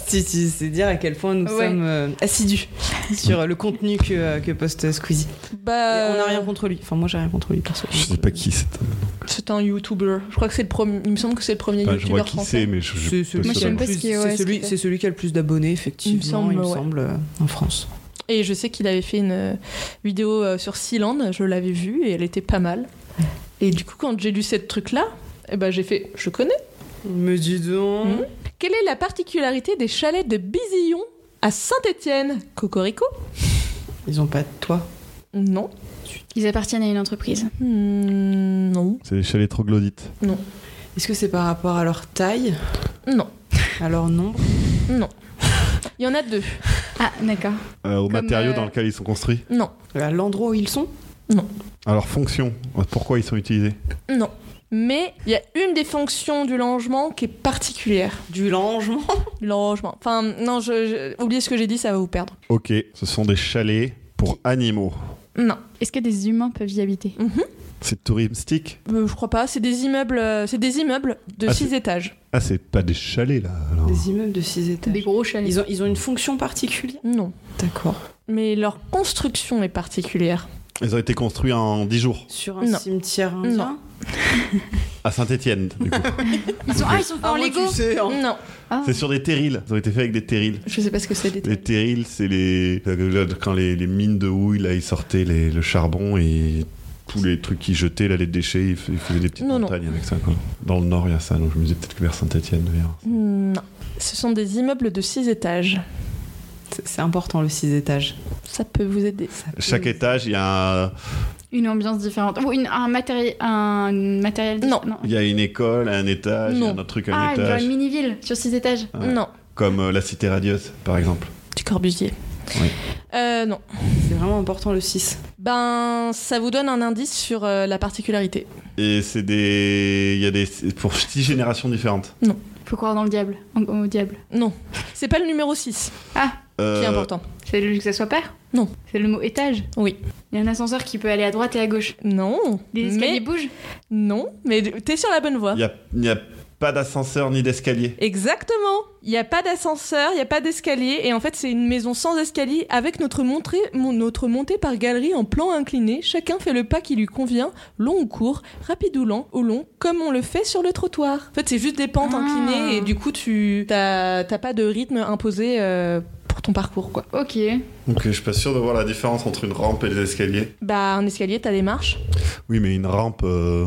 S4: Si, si, c'est dire à quel point nous
S3: Ouais.
S4: sommes euh, assidus. sur euh, le contenu que, euh, que poste euh, Squeezie.
S1: Bah,
S4: Et On n'a rien contre lui. Enfin, moi, j'ai rien contre lui perso.
S2: Je sais pas qui c'est.
S1: C'est un YouTuber. Je crois que c'est le premier. Il me semble que c'est le premier
S2: Enfin, Bah, je
S1: YouTuber
S2: vois qui
S1: français.
S2: c'est, mais je, je
S4: C'est
S2: pas
S4: celui,
S3: Moi,
S2: sûr
S3: je
S4: qui a
S3: sais
S4: le
S3: même pas
S4: plus-
S3: ce qu'il- ouais,
S4: c'est
S3: ce
S4: celui,
S3: qu'il fait.
S4: c'est celui qui a le plus d'abonnés, effectivement, il me semble,
S1: ouais.
S4: euh, en France.
S1: Et je sais qu'il avait fait une euh, vidéo euh, sur Sealand, je l'avais vue et elle était pas mal. Et du coup, quand j'ai lu ce truc-là, eh ben, j'ai fait Je connais.
S4: Me dis donc.
S1: Mhm. Quelle est la particularité des chalets de Bizillon à Saint-Étienne Cocorico
S4: Ils ont pas de toit.
S1: Non.
S3: Ils appartiennent à une entreprise.
S1: Hmm, non.
S2: C'est les chalets troglodytes.
S4: Est-ce que c'est par rapport à leur taille,
S1: Non.
S4: à leur nombre
S1: Non. Il y en a deux.
S3: Ah, d'accord.
S2: Euh, au
S3: Comme,
S2: matériau
S3: euh,
S2: dans lequel ils sont construits.
S1: Non.
S4: À l'endroit où ils sont
S2: À leur fonction. Pourquoi ils sont utilisés.
S1: Non. Mais il y a une des fonctions du logement qui est particulière.
S4: Du logement
S1: Du logement. Enfin, non, je, je- oubliez ce que j'ai dit, ça va vous perdre.
S2: Ok, ce sont des chalets pour animaux.
S1: Non.
S3: Est-ce que des humains peuvent y habiter
S2: C'est touristique
S1: Euh, je crois pas, c'est des immeubles, euh, c'est des immeubles de
S2: Ah,
S1: 6 étages.
S2: Ah, c'est pas des chalets là. alors.
S4: (laughs) Des immeubles de 6 étages.
S3: Des gros chalets.
S4: Ils ont, ils ont une fonction particulière
S1: Non,
S4: D'accord.
S1: mais leur construction est particulière.
S2: Ils ont été construits en 10 jours.
S4: Sur un
S1: Non.
S4: cimetière indien
S2: À Saint-Étienne, du
S4: (laughs)
S2: coup.
S3: Ils sont, ah, ils sont faits en Lego
S2: hein.
S1: Non,
S3: Ah.
S2: C'est sur des terrils. Ils ont été faits avec des terrils.
S1: je sais pas ce que c'est des
S2: Les terrils, c'est les euh, quand les, les mines de houille là, ils sortaient les- le charbon et tous les trucs qu'ils jetaient là, les déchets, ils, f- ils faisaient des petites
S1: Non, non.
S2: montagnes avec ça. quoi. Dans le nord, il y a ça. Donc je me disais peut-être que vers Saint-Étienne, d'ailleurs.
S1: Non. Ce sont des immeubles de 6 étages.
S4: C'est- C'est important le 6 étages.
S1: Ça peut vous aider.
S4: Ça peut-
S1: Euh,
S2: Chaque étage, il y a, un-
S3: Une ambiance différente. Ou une- un, matéri- un matériel différent. Non.
S2: il y a une école à un étage, il y a
S1: Non.
S2: un autre truc à un
S3: Ah, genre
S2: étage,
S3: une mini-ville sur six étages.
S2: Ah Ouais.
S1: Non,
S2: comme euh, la Cité radieuse, par exemple.
S1: du Corbusier.
S2: Oui.
S1: Euh, non.
S4: C'est vraiment important le 6.
S1: Ben, ça vous donne un indice sur euh, la particularité.
S2: Et c'est des, il y a des c'est pour (laughs) six générations différentes.
S3: Faut croire dans le diable. En- Au diable.
S1: Non, c'est pas le numéro 6 qui est
S2: Euh,
S1: important.
S3: C'est logique que ça soit pair
S1: Non.
S3: C'est le mot étage.
S1: Oui.
S3: Il y a un ascenseur qui peut aller à droite et à gauche.
S1: Non,
S3: Les escaliers
S1: mais
S3: bougent.
S1: non, mais t'es sur la bonne voie.
S2: Il n'y a, il y a pas d'ascenseur ni d'escalier.
S1: Exactement. Il n'y a pas d'ascenseur, il n'y a pas d'escalier. Et en fait, c'est une maison sans escalier avec notre montée, mon- notre montée par galerie en plan incliné. Chacun fait le pas qui lui convient, long ou court, rapide ou lent, ou long, comme on le fait sur le trottoir. En fait, c'est juste des pentes
S3: Ah.
S1: inclinées et du coup, tu t'as t'as pas de rythme imposé euh, pour ton parcours, quoi.
S3: Ok.
S2: Donc euh, je suis pas sûr de voir la différence entre une rampe et les escaliers.
S1: Bah, un escalier, t'as des marches.
S2: Oui, mais une rampe, euh,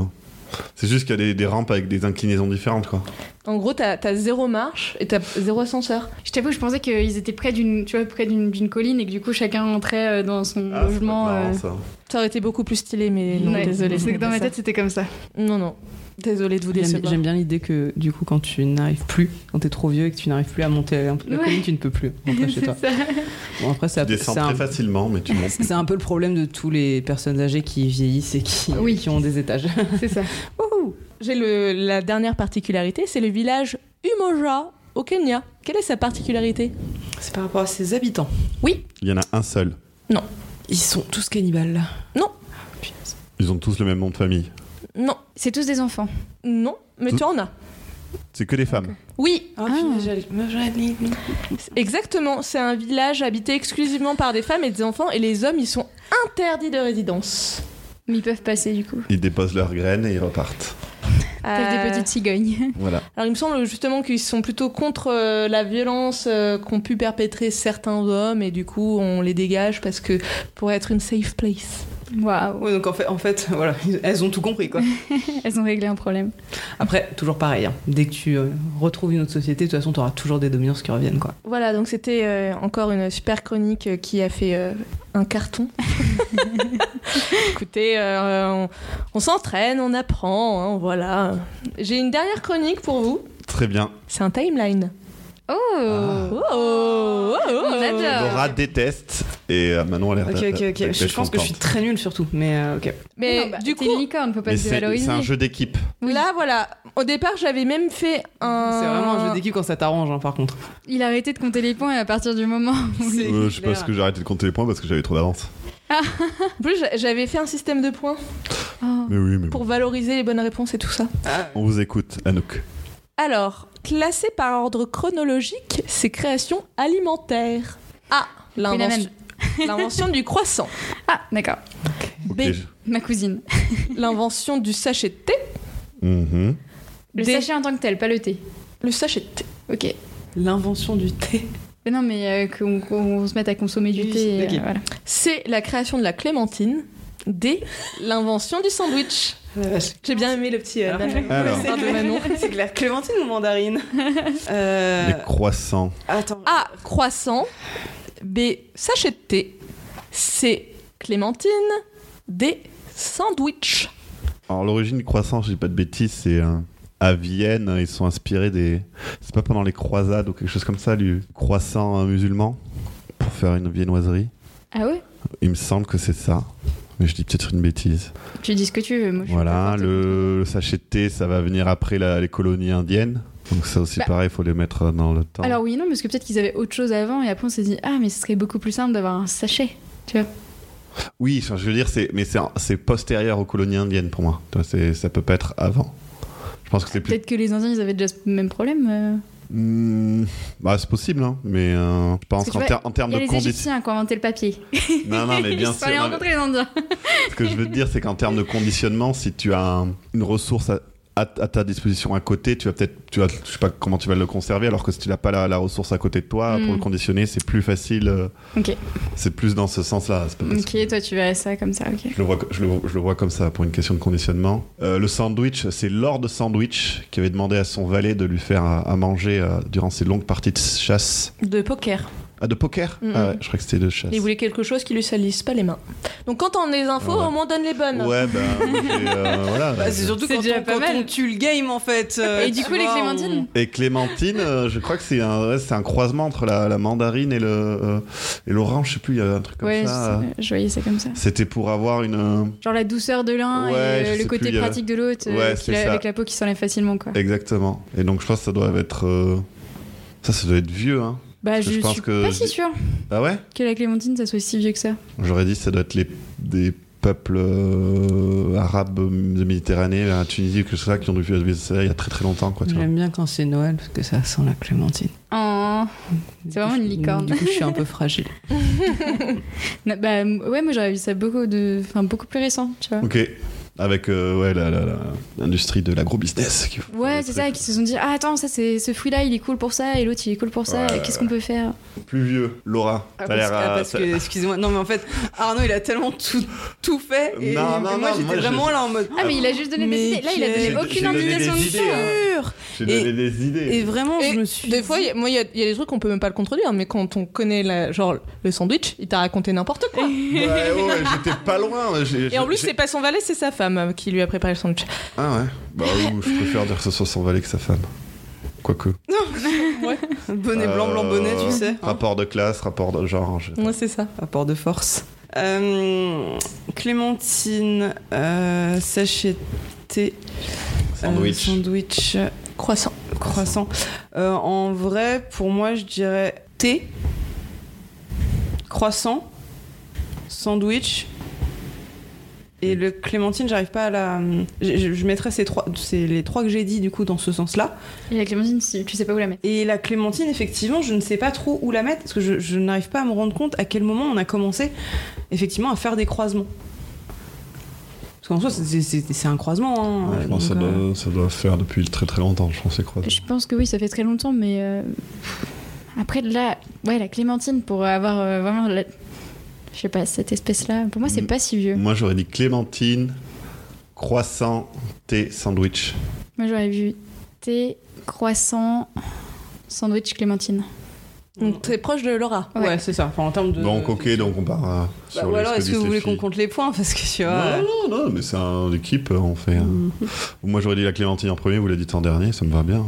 S2: c'est juste qu'il y a des, des rampes avec des inclinaisons différentes, quoi.
S1: En gros, t'as as zéro marche et t'as zéro ascenseur.
S3: Je t'avoue, je pensais qu'ils étaient près d'une, tu vois, près d'une, d'une colline et que du coup chacun entrait euh, dans son
S2: Ah, ça peut être
S3: logement.
S2: marrant,
S3: euh.
S2: ça.
S1: Ça aurait été beaucoup plus stylé, mais non,
S3: Ouais.
S1: désolé.
S3: C'est que dans ma tête c'était comme ça.
S1: Non, non. Désolé de vous
S4: J'aime
S1: décevoir.
S4: j'aime bien l'idée que du coup quand tu n'arrives plus, quand t'es trop vieux et que tu n'arrives plus à monter un peu la
S3: Ouais.
S4: colline, tu ne peux plus rentrer
S3: (laughs)
S4: chez toi.
S3: C'est ça.
S4: Bon, après c'est
S2: Tu
S4: un-
S2: descends
S4: c'est un,
S2: très facilement, mais tu montes.
S4: c'est un peu le problème de tous les personnes âgées qui vieillissent et qui,
S3: Oui.
S4: qui ont des étages.
S3: C'est ça.
S1: J'ai le, la dernière particularité, c'est le village Umoja au Kenya. Quelle est sa particularité
S4: C'est par rapport à ses habitants.
S2: Il y en a un seul.
S4: Ils sont tous cannibales là. Ah,
S1: Non.
S4: Putain,
S2: Ils ont tous le même nom de famille.
S1: Non,
S3: C'est tous des enfants.
S1: non, mais tu en as.
S2: C'est que des femmes.
S1: Oui,
S4: Ah,
S3: Ah.
S4: punaise, j'allais- moi, j'allais-
S1: c'est- exactement. C'est un village habité exclusivement par des femmes et des enfants, et les hommes, ils sont interdits de résidence.
S3: Mais ils peuvent passer du coup.
S2: Ils déposent leurs graines et ils repartent.
S3: Telles
S1: Euh,
S3: des petites cigognes.
S2: Voilà.
S1: Alors, il me semble justement qu'ils sont plutôt contre euh, la violence euh, qu'ont pu perpétrer certains hommes, et du coup, on les dégage parce que pour être une safe place.
S3: Waouh.
S4: Ouais, donc en fait, en fait, voilà, elles ont tout compris (laughs) quoi.
S3: Elles ont réglé un problème.
S4: Après, toujours pareil, hein. dès que tu euh, retrouves une autre société, de toute façon, t'auras toujours des dominances qui reviennent quoi.
S1: Voilà, donc c'était euh, encore une super chronique euh, qui a fait euh, un
S3: (laughs)
S1: carton. Écoutez, euh, on, on s'entraîne, on apprend, hein, voilà. J'ai une dernière chronique pour vous.
S2: Très bien.
S1: C'est un timeline.
S3: Oh.
S2: Ah.
S1: Oh, oh, oh, oh.
S3: On adore. Euh,
S2: Laura déteste et euh, Manon a l'air
S4: Ah, Ok,
S2: d'a-
S4: ok, ok.
S2: d'être
S4: Je pense que je suis
S2: contente.
S4: très nulle surtout, mais euh, ok.
S1: Mais
S3: Non, bah,
S1: du
S3: t'es
S1: coup,
S3: une licorne, faut pas
S2: Mais
S3: se
S2: c'est c'est un
S3: dévaloriser.
S2: jeu d'équipe.
S3: Oui.
S1: là voilà, au départ j'avais même fait un...
S4: C'est vraiment un jeu d'équipe quand ça t'arrange, hein, par (laughs) contre.
S3: Il a arrêté de compter les points et à partir du moment où
S4: C'est
S2: Euh, je
S4: clair.
S2: pense que j'ai arrêté de compter les points parce que j'avais trop d'avance.
S1: En plus j'a- j'avais fait un système de points
S3: Oh.
S2: Mais oui, mais bon.
S1: pour valoriser les bonnes réponses et tout ça.
S4: Ah,
S2: on vous écoute, Anouk.
S1: Alors, classé par ordre chronologique, ces créations alimentaires. A. Ah, L'invention.
S3: Phénomène.
S1: L'invention du croissant.
S3: Ah, d'accord.
S2: Ok.
S1: B.
S3: Ma cousine.
S1: L'invention du sachet de thé.
S2: Mhm.
S3: Le
S1: Des-
S3: sachet en tant que tel, pas le thé.
S1: Le sachet de thé.
S3: Ok.
S4: L'invention du thé.
S3: Mais non, mais euh, qu'on qu'on se mette à consommer du
S4: Oui,
S3: thé. euh,
S4: ok.
S3: voilà.
S1: C'est la création de la clémentine. D. L'invention du sandwich.
S4: Ah,
S1: J'ai bien aimé le petit.
S5: Ah.
S1: euh, Manon.
S2: Alors.
S1: C'est clair.
S4: (laughs) C'est clair. Clémentine ou (laughs) mandarine euh,
S2: Les croissants.
S4: Attends.
S1: A. Croissant. B. Sachet de thé. C. Clémentine. D. Sandwich.
S2: Alors, l'origine du croissant, je dis pas de bêtises, c'est euh, à Vienne, ils sont inspirés des. C'est pas pendant les croisades ou quelque chose comme ça, du croissant euh, musulman pour faire une viennoiserie.
S3: Ah ouais
S2: Il me semble que c'est ça. Mais je dis peut-être une bêtise.
S3: Tu dis ce que tu veux. Moi, je suis pas
S2: Voilà,
S3: contre.
S2: le, le sachet de thé, ça va venir après la- les colonies indiennes. Donc, ça aussi,
S3: Bah.
S2: pareil, il faut les mettre euh, dans le temps.
S3: Alors oui, non, parce que peut-être qu'ils avaient autre chose avant et après on s'est dit ah mais ce serait beaucoup plus simple d'avoir un sachet.
S2: Oui, enfin, je veux dire, c'est, mais c'est, c'est postérieur aux colonies indiennes pour moi. Tu vois, C'est, ça peut pas être avant. Je pense que c'est plus.
S3: Peut-être que les Indiens ils avaient déjà ce même problème. euh.
S2: Hmm, bah, c'est possible, hein, mais euh, je pense
S3: Parce que tu
S2: qu'en
S3: vois,
S2: ter- en termes
S3: Il y a
S2: de
S3: les
S2: conditions.
S3: Égyptiens qui ont inventé le papier.
S2: Non, non,
S3: (laughs)
S2: mais bien
S3: ils sont
S2: sûr.
S3: allés
S2: non,
S3: rencontrer les Indiens.
S2: mais ce que je veux te dire, c'est qu'en termes de conditionnement, si tu as un- une ressource à, à- à ta disposition à côté, tu vas peut-être, tu vas, je sais pas comment tu vas le conserver, alors que si tu n'as pas la, la ressource à côté de toi
S3: Hmm.
S2: pour le conditionner, c'est plus facile. euh,
S3: Ok.
S2: C'est plus dans ce sens-là. C'est pas parce que-
S3: Ok, toi tu verrais ça comme ça. Ok.
S2: Je le, vois, je, le, je le vois comme ça pour une question de conditionnement. Euh, le sandwich, c'est Lord Sandwich qui avait demandé à son valet de lui faire à, à manger euh, durant ses longues parties de chasse.
S1: De poker.
S2: Ah, de poker
S1: Mhm.
S2: ah ouais, Je crois que c'était de chasse.
S1: Il voulait quelque chose qui lui salisse pas les mains. Donc quand on a les infos,
S2: Ouais.
S1: on m'en donne les bonnes.
S2: Ouais, bah, j'ai, euh, voilà.
S4: (laughs) Bah, c'est surtout
S3: C'est
S4: quand,
S3: déjà
S4: on,
S3: pas
S4: quand
S3: mal.
S4: on tue le game en fait. euh,
S3: et du
S4: tu
S3: coup les
S4: vois,
S3: clémentines.
S2: Et Clémentine, euh, je crois que c'est un, ouais, c'est un croisement entre la, la mandarine et le euh, et l'orange, je sais plus, il y avait un truc comme
S3: ouais,
S2: ça. euh.
S3: je- je voyais ça comme ça.
S2: C'était pour avoir une. euh,
S3: Genre la douceur de l'un
S2: Ouais,
S3: et
S2: je
S3: euh,
S2: sais
S3: le côté
S2: plus, il y avait-
S3: pratique de l'autre, euh,
S2: Ouais,
S3: qui
S2: c'est
S3: l'a-
S2: ça.
S3: avec la peau qui s'enlève facilement quoi.
S2: Exactement. Et donc je pense que ça doit être. euh, Ça, ça doit être vieux, hein.
S3: Bah
S2: je
S3: je,
S2: pense
S3: suis
S2: que-
S3: pas si sûre
S2: Ah ouais
S3: que la clémentine ça soit si vieux que ça.
S2: J'aurais dit ça doit être les, des peuples euh, arabes de Méditerranée, la Tunisie ou quelque chose comme ça, qui ont dû vivre ça il y a très très longtemps. Quoi, tu vois.
S5: J'aime bien quand c'est Noël parce que ça sent la clémentine.
S3: Oh. C'est vraiment une licorne.
S5: Du coup, je suis un peu
S3: (laughs)
S5: fragile.
S3: Na- Bah m- ouais, moi j'aurais vu ça beaucoup de, enfin beaucoup plus récent, tu vois.
S2: Ok. Avec euh, ouais, la- la- la- l'industrie de l'agro-business. qui-
S3: Ouais, c'est ça, et
S2: truc
S3: qui se sont dit, ah attends, ça c'est ce fruit-là, il est cool pour ça, et l'autre il est cool pour ça,
S2: Ouais,
S3: et qu'est-ce qu'on peut faire
S2: Plus vieux. Laura,
S4: Ah,
S2: t'as
S4: parce,
S2: l'air.
S4: ah,
S2: euh,
S4: parce
S2: t'as-
S4: que, excusez-moi, non mais en fait, Arnaud il a tellement tout, tout fait. Et,
S2: Non, non,
S4: et moi
S2: non,
S4: j'étais
S2: moi, je-
S4: vraiment là en mode.
S3: Ah, mais il a juste donné
S4: Mais
S3: des idées, là il a
S4: quel-
S3: donné
S2: J'ai- j'ai
S3: aucune
S2: donné des
S3: indication de
S2: idées,
S3: choix.
S2: hein.
S4: Sûr
S2: J'ai donné des idées.
S5: Et vraiment,
S1: Et
S5: je me suis.
S1: Des fois, il y a- moi, il y, a il y a des trucs qu'on peut même pas le contredire, mais quand on connaît la- genre le sandwich, il t'a raconté n'importe quoi.
S2: Ouais, Bah
S4: (laughs)
S2: ouais, j'étais pas loin. j'ai-
S1: Et en
S2: j'ai-
S1: plus,
S2: j'ai-
S1: c'est pas son valet, c'est sa femme euh, qui lui a préparé le sandwich.
S2: Ah ouais. Bah, ou je préfère dire que ce soit son valet que sa femme. Quoique.
S4: Bonnet blanc, blanc, bonnet,
S2: Euh,
S4: tu sais. hein.
S2: Rapport de classe, rapport de genre. je-
S1: Moi, c'est ça.
S4: Rapport de force. Euh, Clémentine, euh, sachet de thé, euh,
S2: Sandwich.
S4: sandwich, euh,
S1: Croissant.
S4: croissant. Euh, en vrai, pour moi, je dirais thé, croissant, sandwich. Et le clémentine, j'arrive pas à la. Je, je- je mettrais ces trois, c'est les trois que j'ai dit du coup dans ce sens-là.
S3: Et la clémentine, tu tu sais pas où la mettre.
S4: Et la clémentine, effectivement, je ne sais pas trop où la mettre parce que je, je n'arrive pas à me rendre compte à quel moment on a commencé effectivement à faire des croisements. Parce qu'en soi, c'est- c'est c'est un croisement. hein,
S2: Ouais, je pense que
S4: donc,
S2: ça
S4: euh,
S2: doit, ça doit faire depuis très très longtemps, je pense, c'est croisé.
S3: Je pense que oui, ça fait très longtemps, mais euh, après là, ouais, la clémentine pour avoir euh, vraiment, la- je sais pas, cette espèce-là, pour moi c'est
S2: Mm.
S3: pas si vieux.
S2: Moi j'aurais dit clémentine, croissant, thé, sandwich.
S3: Moi j'aurais vu thé, croissant, sandwich, clémentine.
S1: Donc, très proche de Laura.
S4: Ouais, c'est ça. Enfin, en termes de.
S2: Donc ok, donc on part euh, sur
S4: Bah,
S2: les-
S4: ou alors,
S2: ce
S4: est-ce que vous
S2: disent les
S4: voulez qu'on
S2: filles.
S4: compte les points Parce que tu vois. euh,
S2: Non, non, non, mais c'est un équipe, euh, on fait. euh,
S4: Mm-hmm.
S2: Moi j'aurais dit la clémentine en premier, vous l'avez dit en dernier, ça me va bien. hein.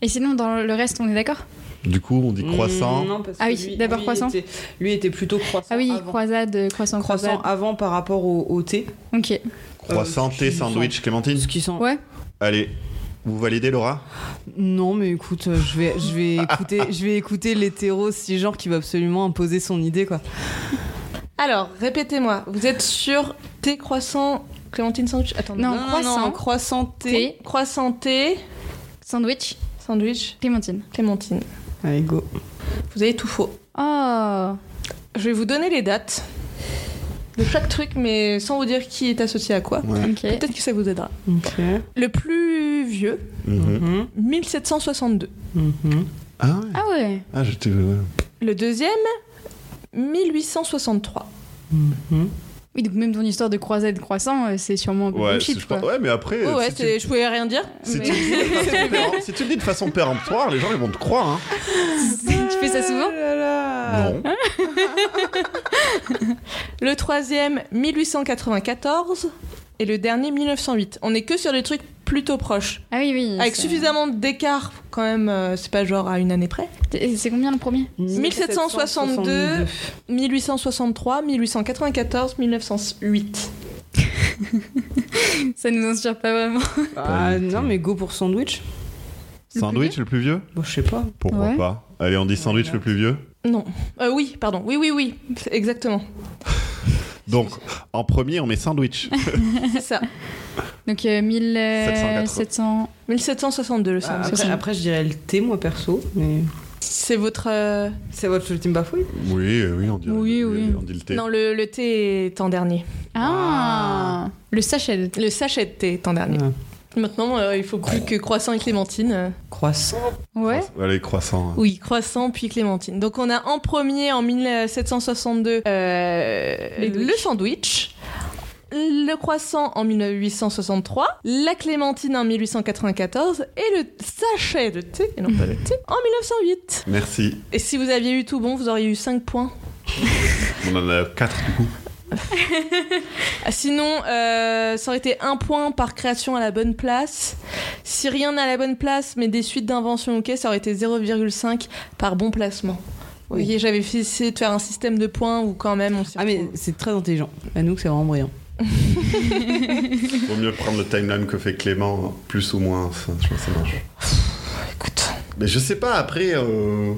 S3: Et sinon dans le reste, on est d'accord
S2: Du coup, on dit croissant.
S4: Mm, non, parce
S3: Ah
S4: que
S3: oui,
S4: lui-
S3: d'abord
S4: lui
S3: croissant.
S4: était- lui était plutôt croissant.
S3: Ah oui,
S4: avant.
S3: croisade, croissant,
S4: Croissant
S3: croisade.
S4: avant par rapport au, au thé.
S3: Ok.
S2: croissant,
S4: Euh,
S2: thé,
S4: qui
S2: sandwich, clémentine.
S4: Ce qui sent.
S3: Ouais.
S2: Allez, vous validez Laura
S5: Non, mais écoute, euh, je vais, je vais écouter, je vais écouter l'hétéro si genre qui va absolument imposer son idée quoi.
S1: Alors, répétez-moi, vous êtes sur thé croissant, clémentine sandwich Attends,
S3: Non, croissant.
S4: croissant thé.
S3: Thé,
S1: Croissant thé,
S3: sandwich,
S1: sandwich,
S3: clémentine.
S1: clémentine.
S4: Allez, go.
S1: Vous avez tout faux.
S3: Oh
S1: Je vais vous donner les dates de chaque truc, mais sans vous dire qui est associé à quoi.
S3: Ok.
S1: Peut-être que ça vous aidera.
S4: Ok.
S1: Le plus vieux,
S2: Mhm.
S4: Mhm.
S1: 1762.
S4: Mhm.
S2: Ah ouais.
S3: Ah ouais.
S2: Ah, je te. ouais.
S1: Le deuxième, 1863.
S4: Mhm.
S3: Oui, donc même ton histoire de croisade croissant, euh, c'est sûrement un peu
S2: Ouais,
S3: bullshit,
S2: c'est-
S3: quoi.
S2: ouais, mais après.
S1: Oh ouais,
S2: si tu-
S1: c'est- je pouvais rien dire. (laughs)
S2: si
S3: Mais-
S2: tu le dis de façon péremptoire- (laughs) si tu le dis de façon péremptoire, les gens ils vont te croire. Hein.
S3: (laughs) tu fais ça souvent
S4: Ah là là.
S2: Non.
S1: Le troisième, 1894. Et le dernier, 1908. On est que sur des trucs plutôt proches.
S3: Ah oui, oui.
S1: Avec
S3: c'est-
S1: suffisamment d'écart, quand même, euh, c'est pas genre à une année près.
S3: Et C'est combien le premier
S1: 1762, 1863, 1894, 1908.
S3: Ça nous inspire pas vraiment.
S4: Ah non, mais go pour sandwich.
S2: Sandwich le plus vieux
S4: Bon, je sais pas.
S2: Pourquoi
S3: Ouais.
S2: pas Allez, on dit sandwich le plus vieux.
S1: Non. Euh, oui, pardon. Oui, oui, oui. C'est Exactement.
S2: Donc, en premier, on met sandwich.
S1: C'est
S3: (laughs)
S1: ça.
S3: Donc euh, 1700.
S2: 780.
S3: 700...
S1: 1762, le
S4: Ah,
S1: sandwich.
S4: après, après, je dirais le thé, moi perso. Mais...
S1: C'est votre. euh,
S4: C'est votre ultime bafouille
S2: oui, euh, oui, on dit.
S3: Oui, oui.
S2: On dit le thé.
S1: Non, le, le thé est en dernier.
S3: Ah Le sachet de
S1: Le sachet de thé est en dernier. Maintenant, euh, il faut plus que croissant et clémentine. euh.
S4: Croissant.
S3: Ouais.
S2: Allez, croissant. hein.
S1: Oui, croissant puis clémentine. Donc on a en premier en 1762 euh,
S3: Les
S1: le
S3: douilles.
S1: sandwich. Le croissant en 1863, la clémentine en 1894 et le sachet de thé, et non pas le thé, en 1908.
S2: Merci.
S1: Et si vous aviez eu tout bon, vous auriez eu 5 points.
S2: On en a 4 du coup.
S1: Ah, Sinon, euh, ça aurait été un point par création à la bonne place. Si rien n'est à la bonne place, mais des suites d'inventions, ok, ça aurait été 0,5 par bon placement. Vous
S4: Oui.
S1: voyez, j'avais fait- essayé de faire un système de points où quand même on s'y
S4: Ah, mais
S1: retrouve.
S4: c'est très intelligent. Anouk, c'est vraiment brillant.
S2: Vaut mieux prendre le timeline que fait Clément, plus ou moins. Ça, je pense que ça marche.
S1: Écoute,
S2: Mais je sais pas, après. euh,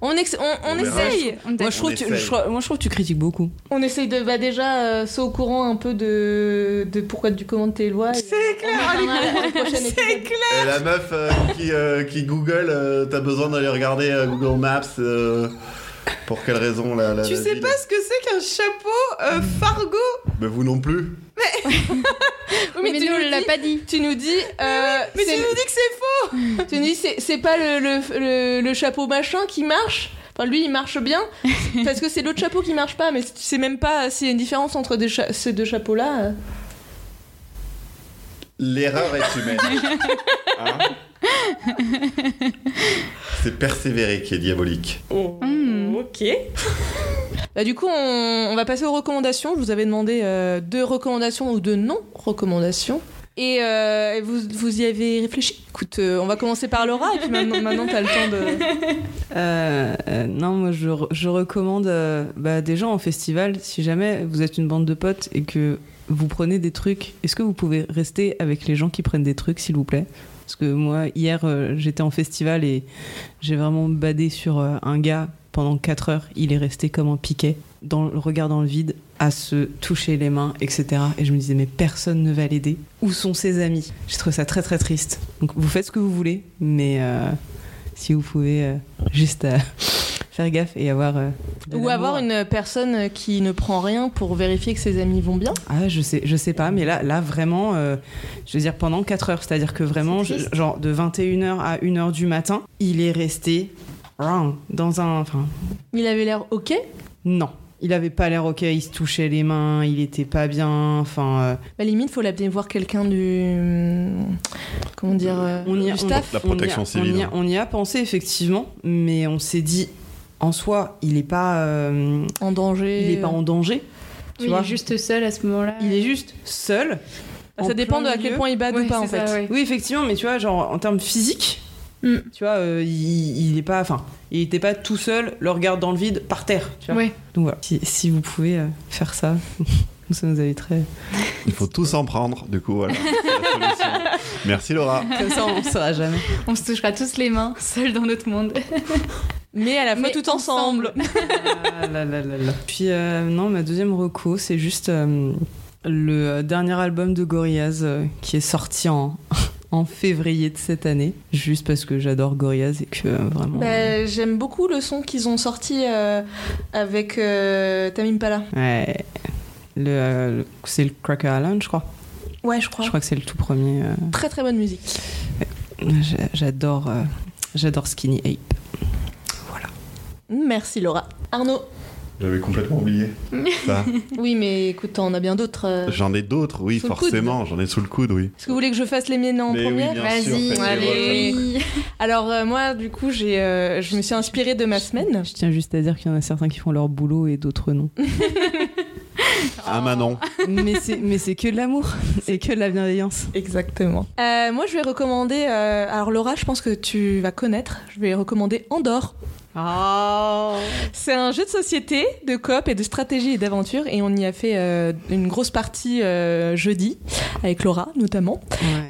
S1: on, ex- on, on
S2: On verra.
S1: essaye.
S4: Moi, je
S2: On
S4: trouve, que tu,
S2: essaye.
S4: je crois- moi, je trouve que tu critiques beaucoup.
S1: On essaye de bah, déjà euh, se au courant un peu de, de pourquoi du comment tes lois. C'est clair. C'est clair.
S2: Et la meuf euh, qui, euh, qui Google, euh, t'as besoin d'aller regarder euh, Google Maps. euh, Pour quelle raison la, la-
S5: Tu
S2: la
S5: sais
S2: ville.
S5: pas ce que c'est qu'un chapeau euh, Fargo
S2: Mais vous non plus.
S1: mais,
S3: Mais,
S1: tu,
S3: nous, on
S1: nous
S3: l'a
S1: dis,
S3: pas dit.
S1: tu nous dis. euh,
S5: Mais tu
S1: c'est-
S5: nous dis que c'est faux
S1: Tu dis, c'est c'est pas le, le- le- le chapeau machin qui marche Enfin, lui, il marche
S4: (laughs)
S1: bien, parce que c'est l'autre chapeau qui marche pas, mais tu sais même pas s'il y a une différence entre des cha- ces deux chapeaux-là. euh.
S2: L'erreur est humaine. Hein C'est persévérer qui est diabolique.
S3: Hmm.
S5: Ok.
S1: (laughs) Bah, du coup, on, on va passer aux recommandations. Je vous avais demandé euh, deux recommandations ou deux non-recommandations. Et euh, vous, vous y avez réfléchi Écoute, euh, on va commencer par Laura, et puis
S4: (laughs)
S1: maintenant, maintenant t'as le temps de...
S4: Euh, euh, non, moi je, re- je recommande euh, bah, des gens en festival. Si jamais vous êtes une bande de potes et que vous prenez des trucs, est-ce que vous pouvez rester avec les gens qui prennent des trucs, s'il vous plaît Parce que moi, hier, euh, j'étais en festival et j'ai vraiment badé sur euh, un gars pendant 4 heures. Il est resté comme un piquet, dans, le regard dans le vide, à se toucher les mains, etc. Et je me disais, mais personne ne va l'aider. Où sont ses amis J'ai trouvé ça très très triste. Donc vous faites ce que vous voulez, mais euh, si vous pouvez euh, juste euh, (laughs) faire gaffe et avoir. euh, de
S1: Ou
S4: l'amour.
S1: avoir une personne qui ne prend rien pour vérifier que ses amis vont bien.
S4: Ah, je sais, je sais pas, mais là, là vraiment, euh, je veux dire pendant 4 heures, c'est-à-dire que vraiment,
S3: C'est
S4: je-
S3: triste.
S4: genre de 21h à 1h du matin, il est resté wrong, dans un. Enfin,
S1: Il avait l'air OK
S4: non. Il avait pas l'air ok, il se touchait les mains, il était pas bien, enfin. euh,
S1: Bah, limite, faut l'appeler voir quelqu'un du. Comment dire euh,
S4: on y a,
S1: Du
S4: on-
S1: staff.
S2: La
S4: on y a-
S2: protection
S4: on y a-
S2: civile.
S4: On y, a, pensé effectivement, mais on s'est dit, en soi, il est pas, euh,
S1: En danger.
S4: il est pas en danger. Tu
S3: Oui,
S4: vois,
S3: il est juste seul à ce moment-là.
S4: il est juste seul.
S1: Ah,
S4: en
S1: Ça dépend de
S4: plein
S1: à quel
S4: milieu.
S1: point il bat
S3: Ouais,
S1: ou pas, en
S3: c'est
S1: fait.
S3: ça, ouais.
S4: Oui, effectivement, mais tu vois, genre en termes physiques,
S3: Mm.
S4: tu vois, euh, il, il est pas, enfin, il était pas tout seul, le regard dans le vide, par terre. Tu vois.
S3: Ouais.
S4: Donc voilà. Si, si vous pouvez euh, faire ça, (laughs) ça nous éviterait.
S2: Il faut tous en prendre, du coup, voilà. C'est la solution. Merci Laura.
S4: Comme ça, on ne
S3: (laughs)
S4: saura jamais.
S3: On se touchera tous les mains, (laughs) seuls dans notre monde.
S1: Mais à la fois
S3: Mais
S1: tout ensemble.
S4: Ah là là là là. Puis euh, non, ma deuxième reco, c'est juste euh, le euh, dernier album de Gorillaz euh, qui est sorti en, (laughs) en en février de cette année, juste parce que j'adore Gorillaz et que euh, vraiment. euh,
S1: Bah, J'aime beaucoup le son qu'ils ont sorti euh, avec euh, Tamim Pala.
S4: ouais. Le, euh, le- c'est le Cracker Island, je crois.
S1: Ouais, je crois.
S4: Je crois que c'est le tout premier. euh,
S1: Très très bonne musique.
S4: j'a- J'adore, euh, j'adore Skinny Ape.
S1: Merci Laura. Arnaud.
S2: J'avais complètement oublié ça.
S1: Oui, mais écoute, on a bien d'autres. euh.
S2: J'en ai d'autres, oui,
S1: Sous le coude.
S2: forcément. J'en ai sous le coude, oui.
S1: Est-ce que vous voulez que je fasse les miennes en
S2: Mais oui,
S1: première
S2: bien sûr,
S3: Vas-y,
S2: faites-les,
S1: allez.
S2: voilà.
S3: allez.
S1: Alors euh, moi, du coup, j'ai, euh, je me suis inspirée de ma semaine.
S4: Je tiens juste à dire qu'il y en a certains qui font leur boulot et d'autres (laughs) non.
S2: Ah, Manon.
S4: mais c'est mais c'est que de (laughs) l'amour et que de la bienveillance.
S1: Exactement. Euh, moi, je vais recommander. euh, alors Laura, je pense que tu vas connaître. Je vais recommander Andorre.
S4: Oh.
S1: C'est un jeu de société, de coop et de stratégie et d'aventure, et on y a fait euh, une grosse partie euh, jeudi avec Laura notamment.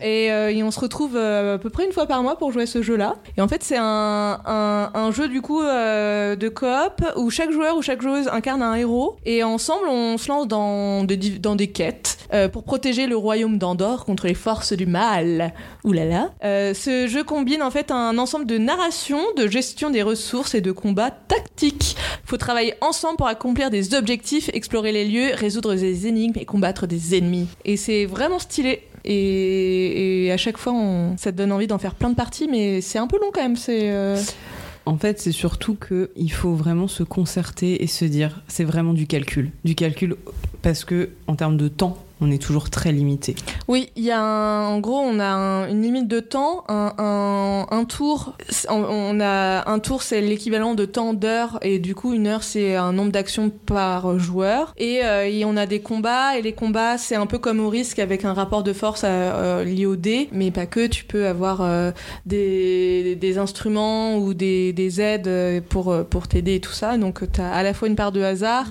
S1: Et, euh, et on se retrouve euh, à peu près une fois par mois pour jouer à ce jeu-là. Et en fait, c'est un, un- un jeu du coup euh, de coop où chaque joueur ou chaque joueuse incarne un héros. Et ensemble, on se lance dans des, div- dans des quêtes euh, pour protéger le royaume d'Andorre contre les forces du mal. Oulala. Là là. Euh, ce jeu combine en fait un ensemble de narration, de gestion des ressources et de combats tactiques. Faut travailler ensemble pour accomplir des objectifs, explorer les lieux, résoudre des énigmes et combattre des ennemis. Et c'est vraiment stylé. Et, et à chaque fois, on- ça te donne envie d'en faire plein de parties, mais c'est un peu long quand même. C'est euh,
S4: En fait, c'est surtout que il faut vraiment se concerter et se dire, c'est vraiment du calcul, du calcul parce que en termes de temps, on est toujours très limité.
S1: oui, il y a un- en gros, on a un- une limite de temps, un, un- un tour. c'est- On, on a un tour, c'est l'équivalent de temps d'heure, et du coup, une heure, c'est un nombre d'actions par joueur. Et, euh, et on a des combats, et les combats, c'est un peu comme au risque avec un rapport de force à, euh, lié au dé, mais pas que. Tu peux avoir euh, des, des instruments ou des, des aides euh, pour, euh, pour t'aider et tout ça. Donc, tu as à la fois une part de hasard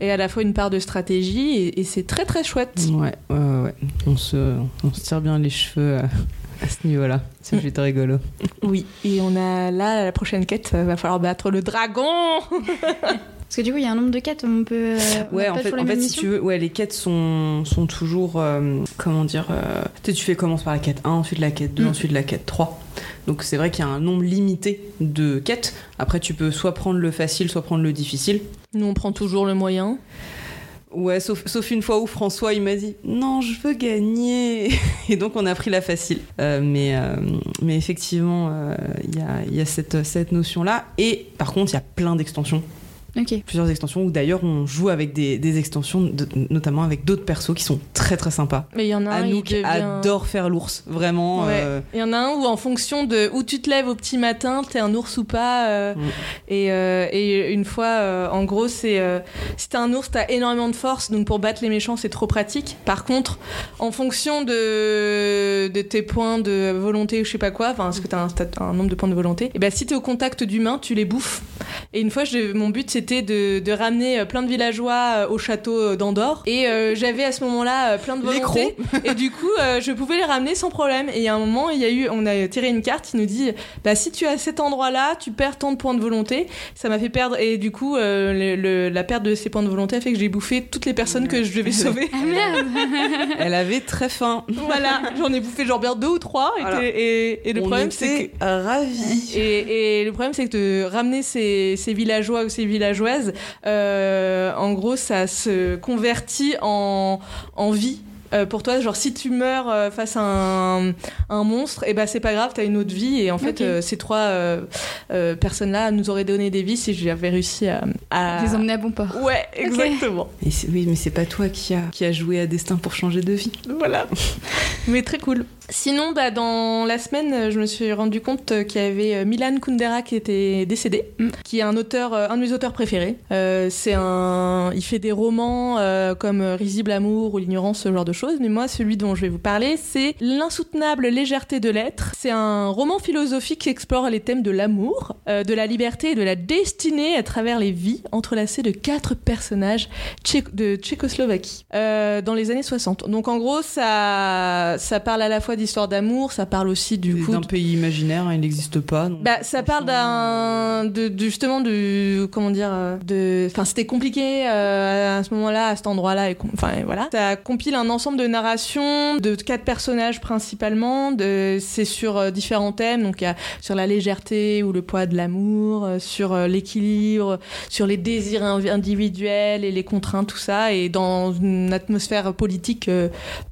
S1: et à la fois une part de stratégie, et, et c'est très très chouette.
S4: Ouais, ouais, ouais, ouais. On se, on se tire bien les cheveux à, à ce niveau-là. C'est (laughs) plutôt rigolo.
S1: Oui, et on a là la prochaine quête, euh, va falloir battre le dragon.
S3: Parce que du coup, il y a un nombre de quêtes, on peut. euh, on
S4: Ouais,
S3: a
S4: en
S3: pas
S4: fait,
S3: toujours les
S4: en fait
S3: mêmes
S4: si
S3: missions.
S4: tu veux, ouais, les quêtes sont, sont toujours. euh, comment dire euh, Tu sais, tu fais commence par la quête 1, ensuite la quête 2,
S1: Mm.
S4: ensuite la quête 3. Donc c'est vrai qu'il y a un nombre limité de quêtes. Après, tu peux soit prendre le facile, soit prendre le difficile.
S1: Nous, on prend toujours le moyen.
S4: Ouais, sauf, sauf une fois où François, il m'a dit Non, je veux gagner (laughs) Et donc, on a pris la facile. Euh, mais, euh, mais effectivement, euh, il y a- il y a, cette, cette notion-là. Et par contre, il y a plein d'extensions.
S3: Ok.
S4: Plusieurs extensions où d'ailleurs, on joue avec des, des extensions, de- notamment avec d'autres persos qui sont très très sympas.
S1: Mais il y en a un, Ah, il
S4: Anouk
S1: devient-
S4: adore faire l'ours, vraiment.
S1: Ouais.
S4: euh,
S1: Il y en a un où, en fonction de où tu te lèves au petit matin, t'es un ours ou pas. euh,
S4: Mm.
S1: et, euh, et une fois, euh, en gros, c'est euh, si t'es un ours, t'as énormément de force, donc pour battre les méchants, c'est trop pratique. Par contre, en fonction de, de tes points de volonté ou je sais pas quoi, enfin, est-ce que t'as un, t'as un nombre de points de volonté, et ben si t'es au contact d'humains, tu les bouffes. Et une fois, j'ai- mon but c'était de, de ramener euh, plein de villageois euh, au château euh, d'Andorre. Et euh, j'avais à ce moment-là euh, plein de
S4: Les
S1: volonté. (laughs) Et du coup, euh, je pouvais les ramener sans problème. Et il y a un moment, il y a eu, on a tiré une carte qui nous dit bah, si tu es à cet endroit-là, tu perds tant de points de volonté. Ça m'a fait perdre. Et du coup, euh, le- le- la perte de ces points de volonté a fait que j'ai bouffé toutes les personnes que je devais sauver.
S3: Ah merde
S4: Elle avait très faim.
S1: voilà, j'en ai bouffé genre bien deux ou trois. Et,
S4: Voilà.
S1: que- (laughs) et- et le
S4: On
S1: problème, c'est que.
S4: était ravis.
S1: Et, et le problème, c'est que de ramener ces, ces villageois ou ces villageoises, euh, en gros, ça se convertit en, en vie. Euh, pour toi, genre si tu meurs euh, face à un, un monstre, et ben c'est pas grave, t'as une autre vie. Et en fait,
S3: Ok.
S1: euh, ces trois euh, euh, personnes-là nous auraient donné des vies si j'avais réussi à, à-
S3: Les emmener à bon port.
S1: Ouais, exactement.
S4: Mais c'est- oui, mais c'est pas toi qui a, qui a joué à destin pour changer de vie.
S1: Voilà. Mais très cool. Sinon, bah, dans la semaine, euh, je me suis rendu compte euh, qu'il y avait euh, Milan Kundera qui était décédé,
S3: Mm.
S1: qui est un auteur, euh, un de mes auteurs préférés. Euh, c'est un, il fait des romans euh, comme euh, Risible amour ou l'ignorance, ce genre de choses. Mais moi, celui dont je vais vous parler, c'est L'insoutenable légèreté de l'être. C'est un roman philosophique qui explore les thèmes de l'amour, euh, de la liberté et de la destinée à travers les vies, entrelacées de quatre personnages tché- de Tchécoslovaquie euh, dans les années 60. Donc en gros, ça, ça parle à la fois d'histoire d'amour, ça parle aussi du coup.
S4: d'un pays imaginaire, hein, il n'existe pas. donc-
S1: Bah, ça parle d'un, de, de- justement du, comment dire, euh, de, enfin c'était compliqué euh, à ce moment-là, à cet endroit-là, et com- enfin et voilà. Ça compile un ensemble de narrations de quatre personnages principalement. De, c'est sur euh, différents thèmes, donc il y a sur la légèreté ou le poids de l'amour, euh, sur euh, l'équilibre, sur les désirs inv- individuels et les contraintes, tout ça, et dans une atmosphère politique euh,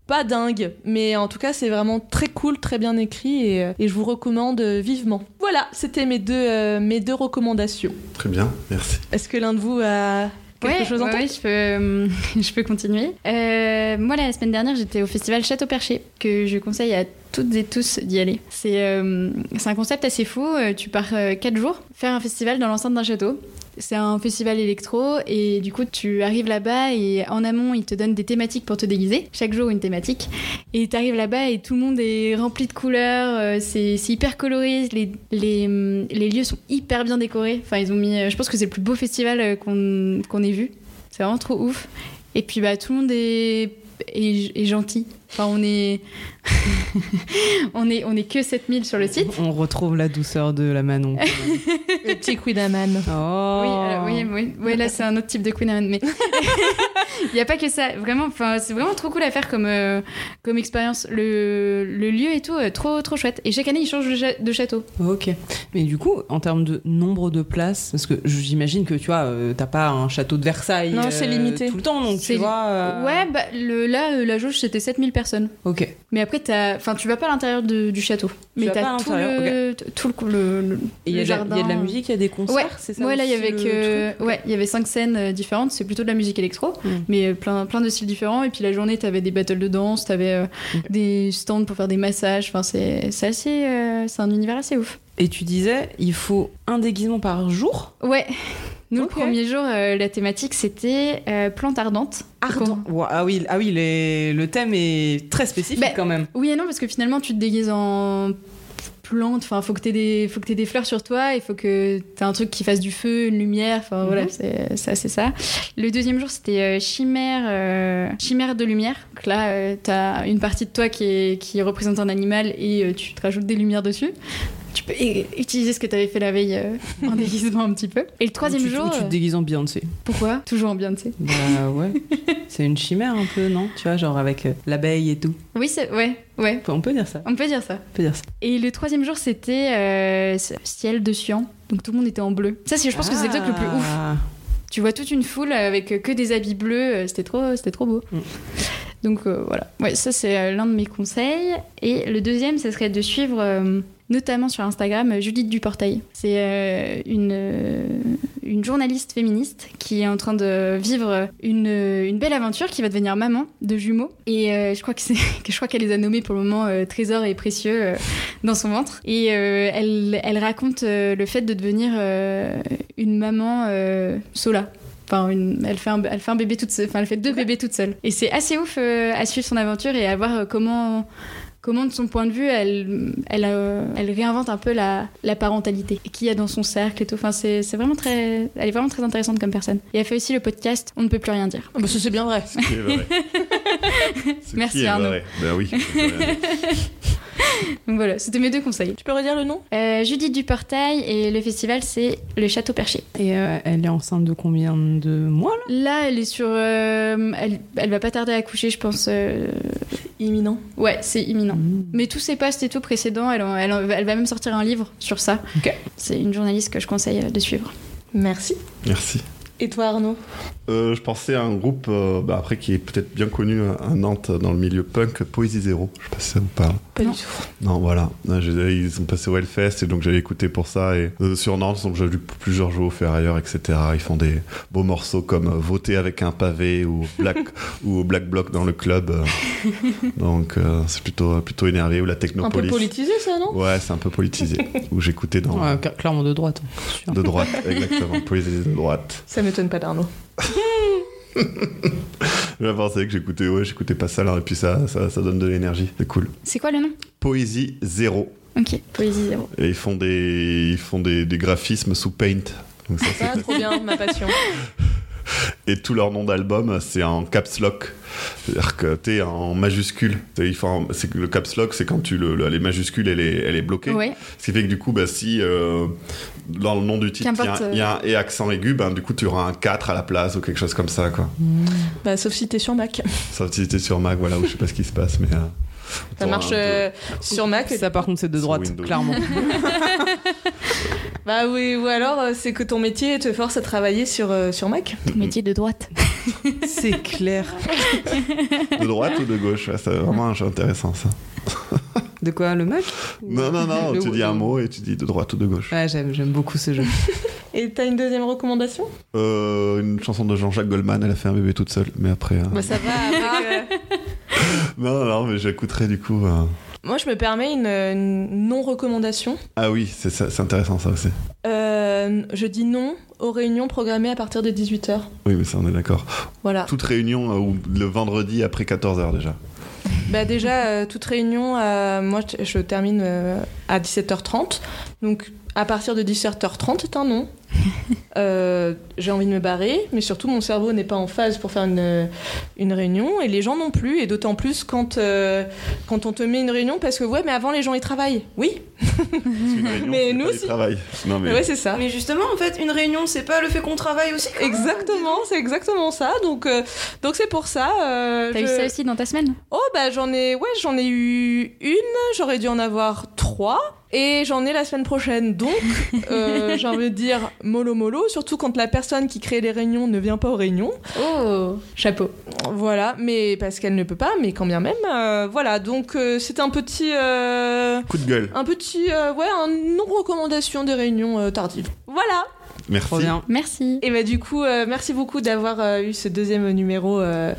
S1: pas dingue, mais en tout cas c'est vraiment très cool, très bien écrit et, euh, et je vous recommande euh, vivement. Voilà, c'était mes deux, euh, mes deux recommandations.
S2: Très bien, merci.
S1: Est-ce que l'un de vous a quelque
S3: Ouais,
S1: chose en
S3: ouais,
S1: tête
S3: ouais, je peux, euh, (laughs) je peux continuer. Euh, moi, la semaine dernière, j'étais au festival Château Perché, que je conseille à toutes et tous d'y aller. C'est euh, c'est un concept assez fou. euh, Tu pars 4 jours faire un festival dans l'enceinte d'un château. C'est un festival électro et du coup tu arrives là-bas et en amont ils te donnent des thématiques pour te déguiser. Chaque jour une thématique et t'arrives là-bas et tout le monde est rempli de couleurs. euh, C'est c'est hyper coloré. Les, les, hum, les lieux sont hyper bien décorés. Enfin ils ont mis. euh, Je pense que c'est le plus beau festival euh, qu'on qu'on ait vu. C'est vraiment trop ouf. Et puis bah tout le monde est, est, est gentil. Enfin on est (laughs) on est on est que 7000 sur le site.
S4: euh, On retrouve la douceur de
S1: (laughs)
S4: la Manon.
S1: Le petit Quidaman.
S4: Oh.
S3: Oui, alors, oui, oui, Ouais, là c'est un autre type de Queen Anne, mais (laughs) il n'y a pas que ça. Vraiment, enfin, c'est vraiment trop cool à faire comme, euh, comme expérience. Le, le lieu et tout, euh, trop trop chouette. Et chaque année, ils changent de, cha- de château.
S4: Ok. Mais du coup, en termes de nombre de places, parce que j'imagine que tu vois, euh, t'as pas un château de Versailles euh,
S1: Non, c'est limité.
S4: tout le temps, donc
S3: C'est
S4: tu
S3: li-
S4: vois. euh,
S3: Ouais, bah, le, là, euh, la jauge c'était 7000 personnes.
S4: Ok.
S3: Mais après, t'as- enfin, tu vas pas à l'intérieur de- du château. Mais
S4: vas pas
S3: t'as
S4: à
S3: tout,
S4: l'intérieur,
S3: le- tout le, cou- le, le-
S4: Et il y,
S3: le
S4: a de la- il y a de la
S3: jardin.
S4: musique, il y a des concerts,
S3: Ouais,
S4: c'est ça
S3: ouais, là il y
S4: aussi
S3: avait
S4: le
S3: que-
S4: truc
S3: ouais, il y avait cinq scènes euh, différentes, c'est plutôt de la musique électro,
S4: Mm.
S3: mais euh, plein plein de styles différents et puis la journée t'avais des battles de danse, t'avais euh, des stands pour faire des massages, enfin c'est c'est assez euh, c'est un univers assez ouf.
S4: Et tu disais, il faut un déguisement par jour
S3: Ouais. (laughs) Nous
S4: Ok.
S3: le premier jour euh, la thématique c'était euh, plante ardente. Comment-
S4: Ouah, ah oui, ah oui les- le thème est très spécifique
S3: Bah,
S4: quand même.
S3: Oui et non parce que finalement tu te déguises en plante, enfin faut que t'aies des faut que t'aies des fleurs sur toi, il faut que t'aies un truc qui fasse du feu, une lumière, enfin
S4: Mhm.
S3: voilà c'est ça c'est ça. Le deuxième jour c'était euh, chimère euh, chimère de lumière. Donc là euh, t'as une partie de toi qui est- qui représente un animal et euh, tu te rajoutes des lumières dessus. Tu peux euh, utiliser ce que t'avais fait la veille euh, en (laughs) déguisement un petit peu. Et le troisième
S4: Ou tu,
S3: jour,
S4: ou tu te
S3: euh,
S4: déguises en Beyoncé.
S3: pourquoi Toujours en Beyoncé. (laughs)
S4: Bah ouais. c'est une chimère un peu, non Tu vois, genre avec euh, l'abeille et tout.
S3: Oui, c'est ouais, ouais.
S4: On peut dire ça.
S3: On peut dire ça.
S4: On peut dire ça.
S3: Et le troisième jour, c'était euh, c- ciel de Sian. Donc tout le monde était en bleu. Ça, c'est, je pense que c'est le truc le plus ouf.
S4: Ah.
S3: Tu vois toute une foule avec que des habits bleus. euh, C'était trop, c'était trop beau.
S4: Mm.
S3: Donc euh, voilà. Ouais, ça c'est euh, l'un de mes conseils. Et le deuxième, ce serait de suivre. euh, notamment sur Instagram, euh, Judith Duportail. C'est euh, une, euh, une journaliste féministe qui est en train de vivre une, euh, une belle aventure, qui va devenir maman de jumeaux. Et euh, je crois que c'est- (laughs) que je crois qu'elle les a nommés pour le moment euh, trésor et précieux euh, dans son ventre. Et euh, elle, elle raconte euh, le fait de devenir euh, une maman euh, sola. Enfin, une- elle, fait un, elle fait un bébé toute seule. Enfin, elle fait deux bébés toute seule. Et c'est assez ouf euh, à suivre son aventure et à voir euh, comment comment de son point de vue elle, elle, euh, elle réinvente un peu la, la parentalité et qu'il y a dans son cercle et tout. Enfin, c'est c'est vraiment très, elle est vraiment très intéressante comme personne. Et elle fait aussi le podcast On ne peut plus rien dire.
S1: Ah bah, ça, c'est bien vrai.
S2: Ce qui est vrai. Ce qui
S3: Merci,
S2: est
S3: Arnaud.
S2: vrai. Ben oui.
S3: Donc voilà, c'était mes deux conseils.
S1: Tu peux redire le nom
S3: Euh, Judith Duportail et le festival c'est le Château Perché.
S4: Et euh, elle est enceinte de combien de mois là
S3: Là, elle est sur, euh, elle, elle va pas tarder à coucher, je pense. euh,
S1: Imminent.
S3: Ouais, c'est imminent.
S4: Mmh.
S3: Mais tous ses posts et tout précédents, elle, en- elle, en- elle va même sortir un livre sur ça.
S4: Ok.
S3: C'est une journaliste que je conseille euh, de suivre.
S1: Merci.
S2: Merci.
S1: Et toi Arnaud
S2: Euh, je pensais à un groupe, euh, bah, après, qui est peut-être bien connu à à Nantes dans le milieu punk, Poésie Zéro. Je sais pas si ça vous parle.
S1: Pas
S3: Non.
S1: du tout.
S2: Non, voilà. Non, je- Ils sont passés au Hellfest et donc j'avais écouté pour ça. Et euh, sur Nantes, donc, j'ai vu plusieurs jeux au Ferrailleur, etc. Ils font des beaux morceaux comme euh, Voter avec un pavé ou
S1: (laughs)
S2: Black, ou Black Bloc dans le club. euh. donc euh, c'est plutôt, plutôt énervé. Ou la
S1: Un peu
S2: Technopolis.
S1: politisé ça non
S2: Ouais, c'est un peu politisé. Où j'écoutais dans.
S4: Ouais, cla- clairement de droite. hein, sûr.
S1: (laughs)
S2: De droite, exactement. Poésie de droite.
S1: Ça m'étonne pas d'Arnaud.
S2: J'ai pensé que j'écoutais, ouais, j'écoutais pas ça là, et puis ça, ça, ça donne de l'énergie. C'est cool.
S3: C'est quoi le nom
S2: Poésie Zéro.
S3: Ok, Poésie Zéro.
S2: Et ils font des, ils font des, des graphismes sous Paint. Donc ça, c'est-
S1: Ah trop bien, ma passion.
S2: et tout leur nom d'album, c'est en caps lock. C'est-à-dire que t'es en majuscule. T'es- il faut en- c'est que le caps lock, c'est quand tu le, le- les majuscules, elle est, elle est bloquée.
S3: Ouais.
S2: Ce qui fait que du coup, bah, si euh, dans le nom du titre, il y, a
S3: Qu'importe,
S2: un- il y
S1: euh,
S2: a un et accent aigu, ben du coup, tu auras un 4 à la place ou quelque chose comme ça. Quoi.
S1: (laughs) Bah, sauf si t'es sur Mac.
S2: Sauf si t'es sur Mac, voilà, où je sais pas ce qui se passe, mais. euh,
S1: Ça
S2: t'auras
S1: marche
S2: un peu-
S1: euh, sur Mac.
S4: Ah, Ça, par contre, c'est de
S2: Sur
S4: droite,
S2: Windows. (laughs)
S4: clairement.
S1: Bah oui, ou alors euh, c'est que ton métier te force à travailler sur, euh, sur Mac.
S3: Métier de droite.
S4: c'est clair.
S2: De droite ou de gauche ouais, C'est vraiment intéressant ça.
S4: De quoi, le Mac
S2: Non, non, non,
S4: Le-
S2: tu dis un mot et tu dis de droite ou de gauche.
S4: Ouais, j'aime, j'aime beaucoup ce jeu.
S1: Et t'as une deuxième recommandation
S2: Euh, une chanson de Jean-Jacques Goldman, elle a fait un bébé toute seule, mais après. hein.
S1: Bah ça va. avec, euh,
S2: (laughs) Non, non, mais j'écouterai du coup. euh.
S1: Moi je me permets une, une non-recommandation.
S2: Ah oui, c'est ça- c'est intéressant ça aussi.
S1: Euh, je dis non aux réunions programmées à partir de 18h.
S2: Oui, mais ça, on est d'accord.
S1: Voilà.
S2: Toute réunion euh, ou le vendredi après 14h
S1: (laughs)
S2: déjà.
S1: Bah déjà, euh, toute réunion, euh, moi je- je termine euh, à 17h30. Donc à partir de 17h30, c'est un non. Euh, J'ai envie de me barrer, mais surtout mon cerveau n'est pas en phase pour faire une, une réunion et les gens non plus. Et d'autant plus quand, euh, quand on te met une réunion parce que ouais, mais avant les gens ils travaillent. Oui, Mais nous aussi.
S2: Travail. Non, mais.
S1: ouais, c'est ça.
S6: Mais justement, en fait, une réunion, c'est pas le fait qu'on travaille aussi. quoi.
S1: Exactement, c'est exactement ça. Donc euh, donc c'est pour ça. euh,
S3: T'as
S1: je-
S3: eu ça aussi dans ta semaine
S1: Oh bah j'en ai ouais j'en ai eu une, j'aurais dû en avoir trois et j'en ai la semaine prochaine donc
S3: (laughs)
S1: euh, j'ai envie de dire mollo mollo surtout quand la personne qui crée les réunions ne vient pas aux réunions
S3: Oh Chapeau.
S1: voilà mais parce qu'elle ne peut pas mais quand bien même euh, voilà donc euh, c'était un petit euh,
S2: Coup de gueule.
S1: un petit euh, ouais un non recommandation des réunions euh, tardives voilà
S2: Merci.
S4: Trop bien.
S3: Merci.
S1: et bah du coup, euh, merci beaucoup d'avoir euh, eu ce deuxième numéro euh,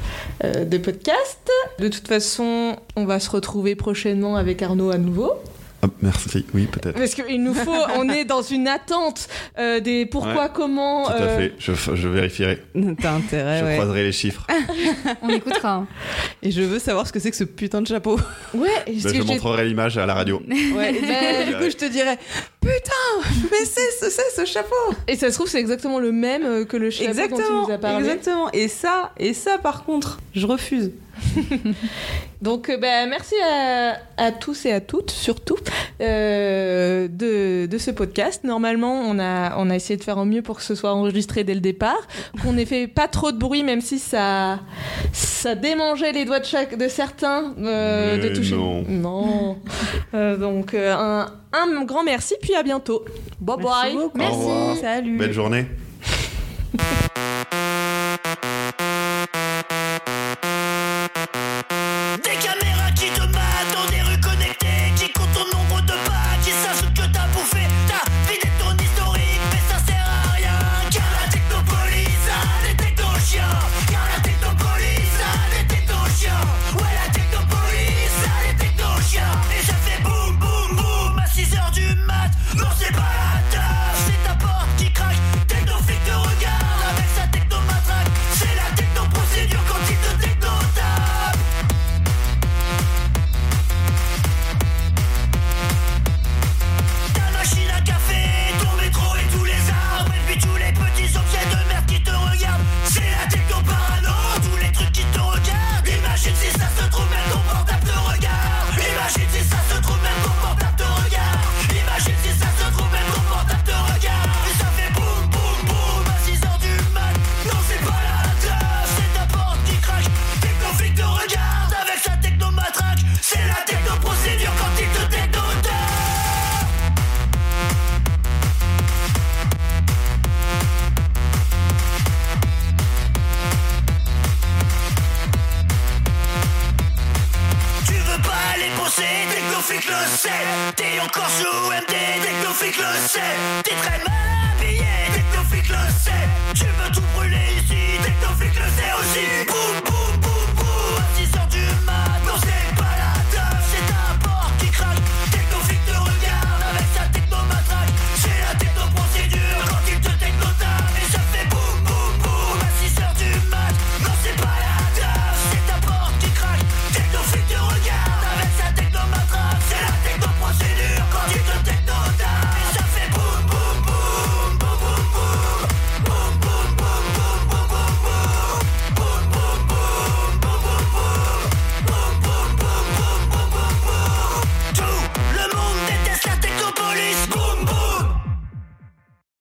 S1: euh, de podcast. De toute façon, on va se retrouver prochainement avec Arnaud à nouveau.
S2: Ah, merci. Oui, peut-être.
S1: Parce qu'il nous faut, on est dans une attente euh, des pourquoi, comment.
S2: Tout à
S1: euh,
S2: fait. Je, f- je vérifierai.
S4: (laughs) T'as intérêt,
S2: je
S4: ouais.
S2: croiserai les
S1: Ah,
S2: chiffres. Ben,
S3: On écoutera. hein.
S4: Et je veux savoir ce que c'est que ce putain de chapeau.
S1: Ouais,
S2: Bah,
S1: parce
S2: je
S1: que j'ai-
S2: montrerai l'image à
S1: (laughs)
S2: la radio.
S4: (laughs) Ouais, et du,
S1: Bah,
S4: coup, du coup, je te dirais Putain, mais c'est ce, c'est ce chapeau
S1: et ça se trouve, c'est exactement le même euh, que le chapeau dont tu
S4: Exactement,
S1: nous as parlé.
S4: exactement. Et ça, et ça, par contre, je refuse.
S1: Donc, euh, bah, merci à, à tous et à toutes, surtout, euh, de, de ce podcast. Normalement, on a, on a essayé de faire au mieux pour que ce soit enregistré dès le départ, qu'on n'ait fait pas trop de bruit, même si ça, ça démangeait les doigts de, chaque, de certains euh, de
S2: Mais
S1: toucher.
S2: non.
S1: Non. Euh, donc, euh, un, un grand merci, puis à bientôt. Bye bye.
S2: Au revoir.
S3: Merci.
S1: Salut.
S2: Belle journée.
S7: Des caméras qui te battent dans des rues connectées Qui comptent ton nombre de pas Qui savent ce que t'as bouffé T'as vidé ton historique Mais ça sert à rien Car la technopolis a des technochiens Car la technopolis a des technochiens Ouais la technopolis a des technochiens Et ça fait boum boum boum à 6h du mat Non c'est pas la taf C'est ta porte qui craque Technoflic te regarde avec sa technomatraque C'est la technoprocédure quand il te technotape Ta machine à café, ton métro et tous les arbres Et puis tous les petits objets de merde qui te regardent C'est la techno-parano, tous les trucs qui te regardent Imagine si ça se trouve même ton portable te regarde Imagine si ça se trouve même ton portable te regarde Imagine si ça se trouve même ton portable te regarde Et ça fait boum boum boum à 6h du mat Non c'est pas la teuf, c'est ta porte qui craque Technoflic te regarde avec sa techno-matraque C'est la techno-procédure quand il te techno Tu veux pas aller bosser, Technoflic le sait T'es encore sous MD, Technoflic le sait T'es très mal habillé, Technoflic le sait Tu veux tout brûler ici, Technoflic le sait aussi Boum boum boum boum, à 6h du mat, non c'est